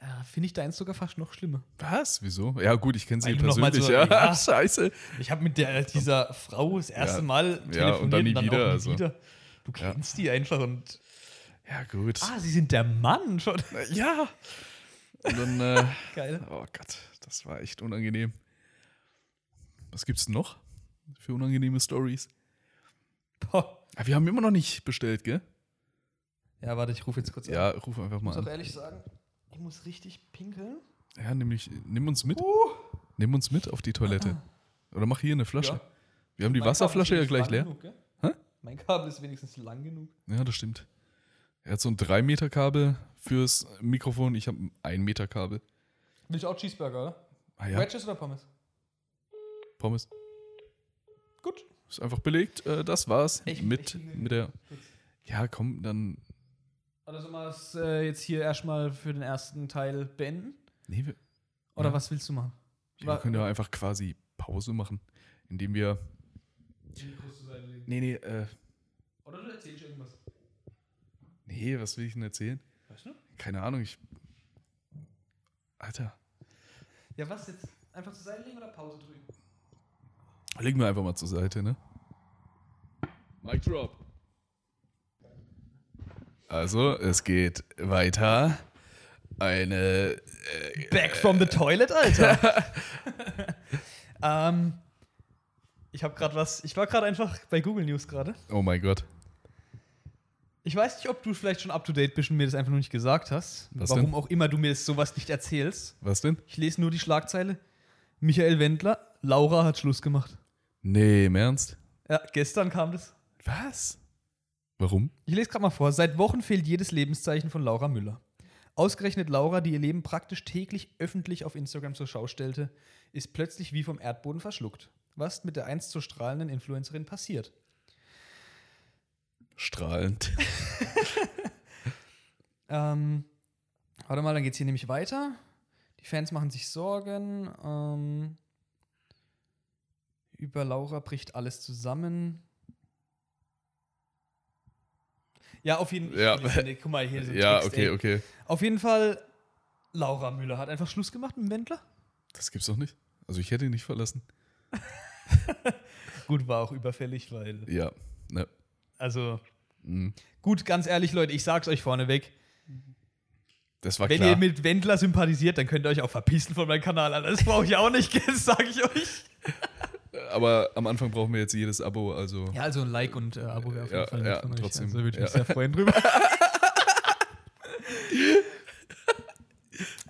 Speaker 1: ja Finde ich deins sogar fast noch schlimmer.
Speaker 2: Was? Wieso? Ja, gut, ich kenne sie
Speaker 1: Weil du noch mal
Speaker 2: persönlich.
Speaker 1: so-
Speaker 2: ja. [LAUGHS]
Speaker 1: ja.
Speaker 2: scheiße.
Speaker 1: Ich habe mit der, dieser Frau das erste
Speaker 2: Ja.
Speaker 1: Mal telefoniert ja, und dann, nie wieder, auch nie
Speaker 2: also.
Speaker 1: wieder. Du
Speaker 2: Ja.
Speaker 1: kennst die einfach und.
Speaker 2: Ja, gut.
Speaker 1: Ah, sie sind der Mann schon. [LAUGHS]
Speaker 2: Ja. Und dann, äh,
Speaker 1: Geil.
Speaker 2: oh Gott, das war echt unangenehm. Was gibt's denn noch für unangenehme Stories?
Speaker 1: Boah.
Speaker 2: Ah, Wir haben immer noch nicht bestellt, gell?
Speaker 1: Ja, warte, ich rufe jetzt kurz an.
Speaker 2: Ja, ruf einfach
Speaker 1: Ich
Speaker 2: mal
Speaker 1: muss auch
Speaker 2: an.
Speaker 1: ehrlich sagen, ich muss richtig pinkeln.
Speaker 2: Ja, nämlich, nimm uns mit.
Speaker 1: Uh.
Speaker 2: Nimm uns mit auf die Toilette. Oder mach hier eine Flasche.
Speaker 1: Ah, Ja.
Speaker 2: Wir haben die
Speaker 1: Mein
Speaker 2: Wasserflasche ja
Speaker 1: Kabel
Speaker 2: gleich
Speaker 1: ist wenigstens lang Genug,
Speaker 2: leer. Hä?
Speaker 1: gell? Mein Kabel ist wenigstens lang genug.
Speaker 2: Ja, das stimmt. Er hat so ein 3-Meter-Kabel fürs Mikrofon. Ich habe ein 1-Meter-Kabel.
Speaker 1: Willst du auch Cheeseburger, oder?
Speaker 2: Ah ja,
Speaker 1: Wedges oder Pommes?
Speaker 2: Pommes.
Speaker 1: Gut.
Speaker 2: Ist einfach belegt. Äh, das war's
Speaker 1: Ich-
Speaker 2: mit,
Speaker 1: ich-
Speaker 2: mit der.
Speaker 1: Gut.
Speaker 2: Ja, komm, dann.
Speaker 1: Oder soll man das äh, jetzt hier erstmal für den ersten Teil beenden?
Speaker 2: Nee, wir,
Speaker 1: Oder
Speaker 2: Ja.
Speaker 1: was willst du machen?
Speaker 2: ja, wir können ja einfach quasi Pause machen, indem wir. Nee, nee, äh,
Speaker 1: Oder du erzählst irgendwas.
Speaker 2: nee, was will ich denn erzählen?
Speaker 1: Weißt du?
Speaker 2: Keine Ahnung, ich. Alter,
Speaker 1: Ja, was jetzt? Einfach zur Seite legen oder Pause drücken?
Speaker 2: legen wir einfach mal zur Seite, ne? Mic drop. Also, es geht weiter. Eine. Äh.
Speaker 1: Back from the toilet, Alter.
Speaker 2: [LAUGHS]
Speaker 1: [LAUGHS] ähm, ich habe gerade was. Ich war gerade einfach bei Google News gerade.
Speaker 2: Oh mein Gott.
Speaker 1: Ich weiß nicht, ob du vielleicht schon up to date bist und mir das einfach nur nicht gesagt hast.
Speaker 2: Was
Speaker 1: warum
Speaker 2: denn?
Speaker 1: auch immer du mir das sowas nicht erzählst.
Speaker 2: Was denn?
Speaker 1: Ich lese nur die Schlagzeile. Michael Wendler, Laura hat Schluss gemacht.
Speaker 2: Nee, im Ernst?
Speaker 1: Ja, gestern kam das.
Speaker 2: Was? Warum?
Speaker 1: Ich lese gerade mal vor. Seit Wochen fehlt jedes Lebenszeichen von Laura Müller. Ausgerechnet Laura, die ihr Leben praktisch täglich öffentlich auf Instagram zur Schau stellte, ist plötzlich wie vom Erdboden verschluckt. Was mit der einst so strahlenden Influencerin passiert?
Speaker 2: Strahlend.
Speaker 1: Ähm, warte mal, dann geht's hier nämlich weiter. Die Fans machen sich Sorgen. Ähm, über Laura bricht alles zusammen. Ja, auf jeden
Speaker 2: Ja.
Speaker 1: Fall. Nee, guck mal, hier sind
Speaker 2: [LAUGHS] ja,
Speaker 1: Text,
Speaker 2: okay,
Speaker 1: ey.
Speaker 2: okay.
Speaker 1: Auf jeden Fall, Laura Müller hat einfach Schluss gemacht mit dem Wendler.
Speaker 2: Das gibt's doch nicht. Also ich hätte ihn nicht verlassen.
Speaker 1: Gut, war auch überfällig, weil.
Speaker 2: Ja. Ne.
Speaker 1: Also,
Speaker 2: Mhm.
Speaker 1: gut, ganz ehrlich, Leute, ich sag's euch vorneweg.
Speaker 2: Das war
Speaker 1: Wenn
Speaker 2: klar.
Speaker 1: ihr mit Wendler sympathisiert, dann könnt ihr euch auch verpissen von meinem Kanal. Alter. Das brauche ich auch nicht, [LAUGHS] das sag ich euch.
Speaker 2: Aber am Anfang brauchen wir jetzt jedes Abo, also.
Speaker 1: Ja, also ein Like und äh, Abo wäre auf jeden
Speaker 2: Ja,
Speaker 1: Fall nett
Speaker 2: ja,
Speaker 1: von euch.
Speaker 2: trotzdem.
Speaker 1: Also würde ich mich sehr
Speaker 2: Ja.
Speaker 1: freuen
Speaker 2: [LAUGHS]
Speaker 1: drüber.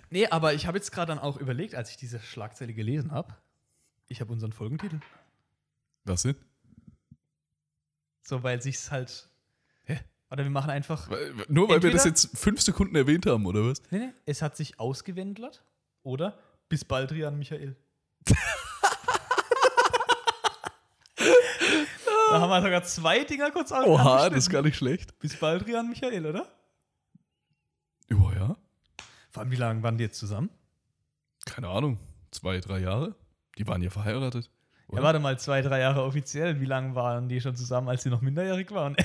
Speaker 1: nee, aber ich habe jetzt gerade dann auch überlegt, als ich diese Schlagzeile gelesen habe, ich habe unseren Folgentitel.
Speaker 2: Was denn?
Speaker 1: So, weil sich's halt.
Speaker 2: Hä?
Speaker 1: Oder wir machen einfach.
Speaker 2: Weil- Nur weil wir
Speaker 1: Entweder-
Speaker 2: das jetzt fünf Sekunden erwähnt haben, oder was?
Speaker 1: Nee, nee, es hat sich ausgewendelt. Oder bis bald, Rian
Speaker 2: [LAUGHS]
Speaker 1: Michael. da haben wir sogar zwei Dinger kurz an.
Speaker 2: Oha, das ist gar nicht schlecht.
Speaker 1: Bis bald, Rian Michael, oder?
Speaker 2: Oh ja.
Speaker 1: Vor allem, wie lange waren die jetzt zusammen?
Speaker 2: Keine Ahnung. Zwei, drei Jahre? Die waren ja verheiratet.
Speaker 1: Ja, warte mal, zwei, drei Jahre offiziell. Wie lange waren die [LAUGHS] schon zusammen, als sie noch minderjährig waren?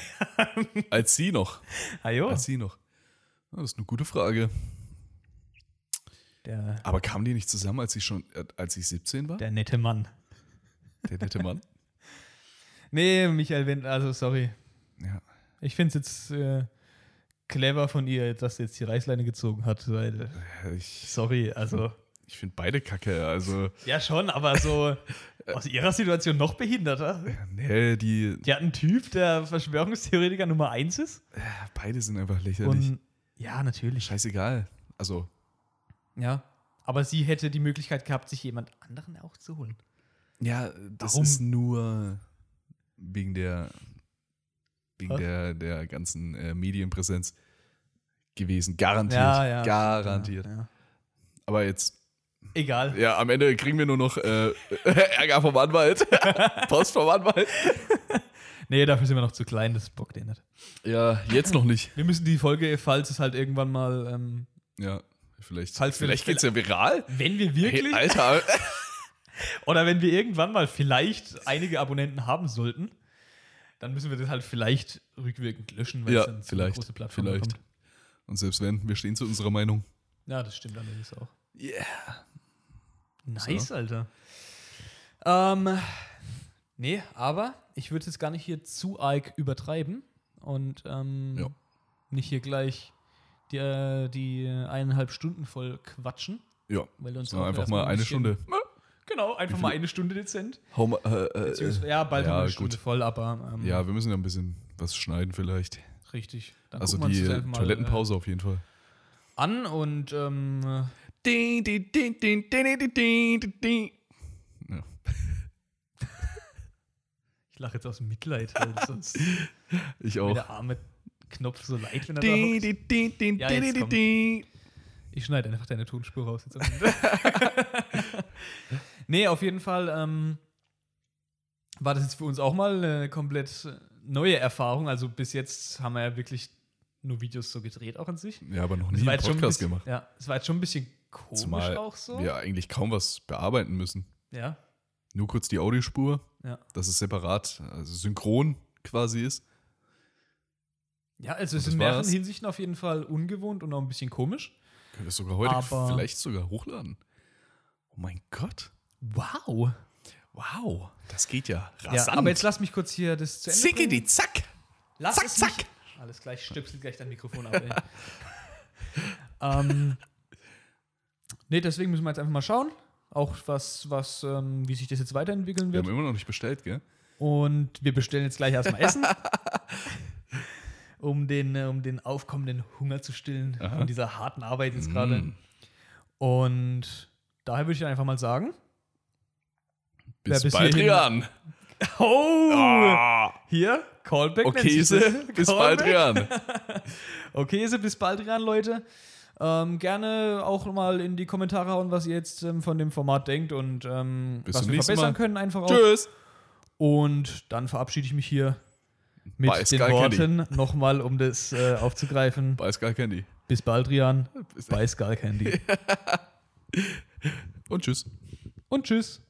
Speaker 2: Als sie noch.
Speaker 1: Ajo.
Speaker 2: Als sie noch. Ja, Das ist eine gute Frage.
Speaker 1: Der,
Speaker 2: Aber kamen die nicht zusammen, als ich schon, äh, als ich 17 war? Der,
Speaker 1: der nette Mann.
Speaker 2: nette Mann.
Speaker 1: Nee, Michael Wendt, also sorry.
Speaker 2: Ja.
Speaker 1: Ich finde es jetzt äh, clever von ihr, dass sie jetzt die Reißleine gezogen hat, weil,
Speaker 2: Ich,
Speaker 1: sorry, also.
Speaker 2: ich finde beide kacke. Also,
Speaker 1: Ja, schon, aber so [LAUGHS] aus ihrer Situation noch behinderter.
Speaker 2: nee, die.
Speaker 1: Die hat einen Typ, der Verschwörungstheoretiker Nummer 1 ist.
Speaker 2: Ja, äh, beide sind einfach lächerlich.
Speaker 1: Und ja, natürlich.
Speaker 2: Scheißegal. Also,
Speaker 1: Ja. Aber sie hätte die Möglichkeit gehabt, sich jemand anderen auch zu holen.
Speaker 2: ja, das
Speaker 1: Warum?
Speaker 2: ist nur wegen der. Wegen
Speaker 1: Was?
Speaker 2: der, der ganzen äh, Medienpräsenz gewesen. Garantiert. Garantiert.
Speaker 1: Ja, ja.
Speaker 2: Aber jetzt
Speaker 1: Egal.
Speaker 2: Ja, am Ende kriegen wir nur noch äh, [LAUGHS] Ärger
Speaker 1: [LAUGHS]
Speaker 2: vom Anwalt. Post vom Anwalt.
Speaker 1: Nee, dafür sind wir noch zu klein, das bockt eh nicht.
Speaker 2: Ja, jetzt noch nicht.
Speaker 1: Wir müssen die Folge, falls es halt irgendwann mal, ähm,
Speaker 2: Ja, vielleicht.
Speaker 1: Falls wir
Speaker 2: vielleicht
Speaker 1: das-
Speaker 2: geht's ja viral.
Speaker 1: wenn wir
Speaker 2: Hey,
Speaker 1: wirklich
Speaker 2: Alter. [LAUGHS]
Speaker 1: oder wenn wir irgendwann mal vielleicht einige Abonnenten haben sollten, dann müssen wir das halt vielleicht rückwirkend löschen,
Speaker 2: Ja,
Speaker 1: es dann zu einer
Speaker 2: vielleicht,
Speaker 1: großen Plattform
Speaker 2: vielleicht.
Speaker 1: kommt.
Speaker 2: Und selbst wenn, wir stehen zu unserer Meinung.
Speaker 1: Ja, das stimmt allerdings auch.
Speaker 2: Yeah.
Speaker 1: Nice,
Speaker 2: So.
Speaker 1: Alter. Ähm, nee, aber ich würde jetzt gar nicht hier zu arg übertreiben und ähm,
Speaker 2: Ja.
Speaker 1: nicht hier gleich die, äh, die eineinhalb Stunden voll quatschen.
Speaker 2: Ja.
Speaker 1: Weil uns
Speaker 2: So,
Speaker 1: auch
Speaker 2: einfach
Speaker 1: erstmal
Speaker 2: mal
Speaker 1: ein
Speaker 2: eine
Speaker 1: bisschen-
Speaker 2: Stunde.
Speaker 1: Genau, einfach mal
Speaker 2: viel-
Speaker 1: eine Stunde dezent.
Speaker 2: Hau mal, äh, äh,
Speaker 1: Beziehungsweise, ja, bald
Speaker 2: ja,
Speaker 1: haben wir eine Stunde
Speaker 2: gut.
Speaker 1: voll, aber ähm,
Speaker 2: ja, wir müssen ja ein bisschen was schneiden vielleicht.
Speaker 1: richtig. Dann
Speaker 2: also
Speaker 1: gucken wir uns
Speaker 2: die
Speaker 1: das einfach mal,
Speaker 2: Toilettenpause auf jeden Fall.
Speaker 1: Äh, an und ähm,
Speaker 2: Ding, ding, ding, ding, ding, ding, ding, ding, ding. Ja.
Speaker 1: ich lache jetzt aus Mitleid, weil sonst
Speaker 2: [LAUGHS]
Speaker 1: tut
Speaker 2: Ich
Speaker 1: mir
Speaker 2: auch.
Speaker 1: der arme Knopf so leid, wenn er da
Speaker 2: Ding,
Speaker 1: hockt.
Speaker 2: ding, ding, ding,
Speaker 1: Ja,
Speaker 2: ding,
Speaker 1: jetzt
Speaker 2: ding,
Speaker 1: kommt-
Speaker 2: ding.
Speaker 1: Ich schneide einfach deine Tonspur raus jetzt am Ende. [LAUGHS] nee, auf jeden Fall ähm, war das jetzt für uns auch mal eine komplett neue Erfahrung. Also bis jetzt haben wir ja wirklich nur Videos so gedreht auch an sich.
Speaker 2: Ja, aber noch
Speaker 1: Und
Speaker 2: nie
Speaker 1: es war
Speaker 2: einen
Speaker 1: jetzt schon ein
Speaker 2: Podcast
Speaker 1: bisschen,
Speaker 2: gemacht.
Speaker 1: Ja, es war jetzt schon ein bisschen komisch
Speaker 2: Zumal
Speaker 1: auch so.
Speaker 2: wir eigentlich kaum was bearbeiten müssen.
Speaker 1: ja.
Speaker 2: Nur kurz die Audiospur,
Speaker 1: Ja.
Speaker 2: dass es separat, also synchron quasi ist.
Speaker 1: Ja, also es ist
Speaker 2: das
Speaker 1: in mehreren
Speaker 2: war's.
Speaker 1: Hinsichten auf jeden Fall ungewohnt und auch ein bisschen komisch.
Speaker 2: Können wir es sogar heute
Speaker 1: Aber-
Speaker 2: vielleicht sogar hochladen. Oh mein Gott.
Speaker 1: Wow.
Speaker 2: Wow. Das geht ja
Speaker 1: Ja,
Speaker 2: rasant.
Speaker 1: aber jetzt lass mich kurz hier das zu Ende bringen.
Speaker 2: Zickidi, zack.
Speaker 1: Lass
Speaker 2: Zack,
Speaker 1: es
Speaker 2: zack.
Speaker 1: Mich, alles gleich, stöpselt gleich dein Mikrofon
Speaker 2: [LAUGHS]
Speaker 1: ab. Ey. ähm, nee, deswegen müssen wir jetzt einfach mal schauen, auch was, was, ähm, wie sich das jetzt weiterentwickeln
Speaker 2: Wir
Speaker 1: wird.
Speaker 2: haben immer noch nicht bestellt, gell?
Speaker 1: Und wir bestellen jetzt gleich erstmal
Speaker 2: [LAUGHS]
Speaker 1: Essen, um den, äh, um den aufkommenden Hunger zu stillen
Speaker 2: Aha.
Speaker 1: von dieser harten Arbeit jetzt gerade.
Speaker 2: Mm.
Speaker 1: Und daher würde ich dann einfach mal sagen,
Speaker 2: Bis,
Speaker 1: bis
Speaker 2: bald,
Speaker 1: hierhin-
Speaker 2: Rian.
Speaker 1: oh,
Speaker 2: Ah,
Speaker 1: hier, Callback. nennt
Speaker 2: okay,
Speaker 1: sich das. [LAUGHS]
Speaker 2: Ise, [LAUGHS] bis bald,
Speaker 1: Callback.
Speaker 2: Rian.
Speaker 1: Okay, so bis bald dran, Leute. Ähm, gerne auch mal in die Kommentare hauen, was ihr jetzt ähm, von dem Format denkt und ähm,
Speaker 2: Bis
Speaker 1: was
Speaker 2: zum
Speaker 1: wir
Speaker 2: nächsten
Speaker 1: verbessern
Speaker 2: Mal.
Speaker 1: können einfach auch.
Speaker 2: Tschüss.
Speaker 1: Und dann verabschiede ich mich hier mit
Speaker 2: Bei Sky
Speaker 1: den
Speaker 2: Candy.
Speaker 1: Worten nochmal, um das äh, aufzugreifen.
Speaker 2: Bei Sky Candy.
Speaker 1: Bis bald, Rian.
Speaker 2: Bis- [LAUGHS]
Speaker 1: Bei Skull Candy.
Speaker 2: Und tschüss.
Speaker 1: Und tschüss.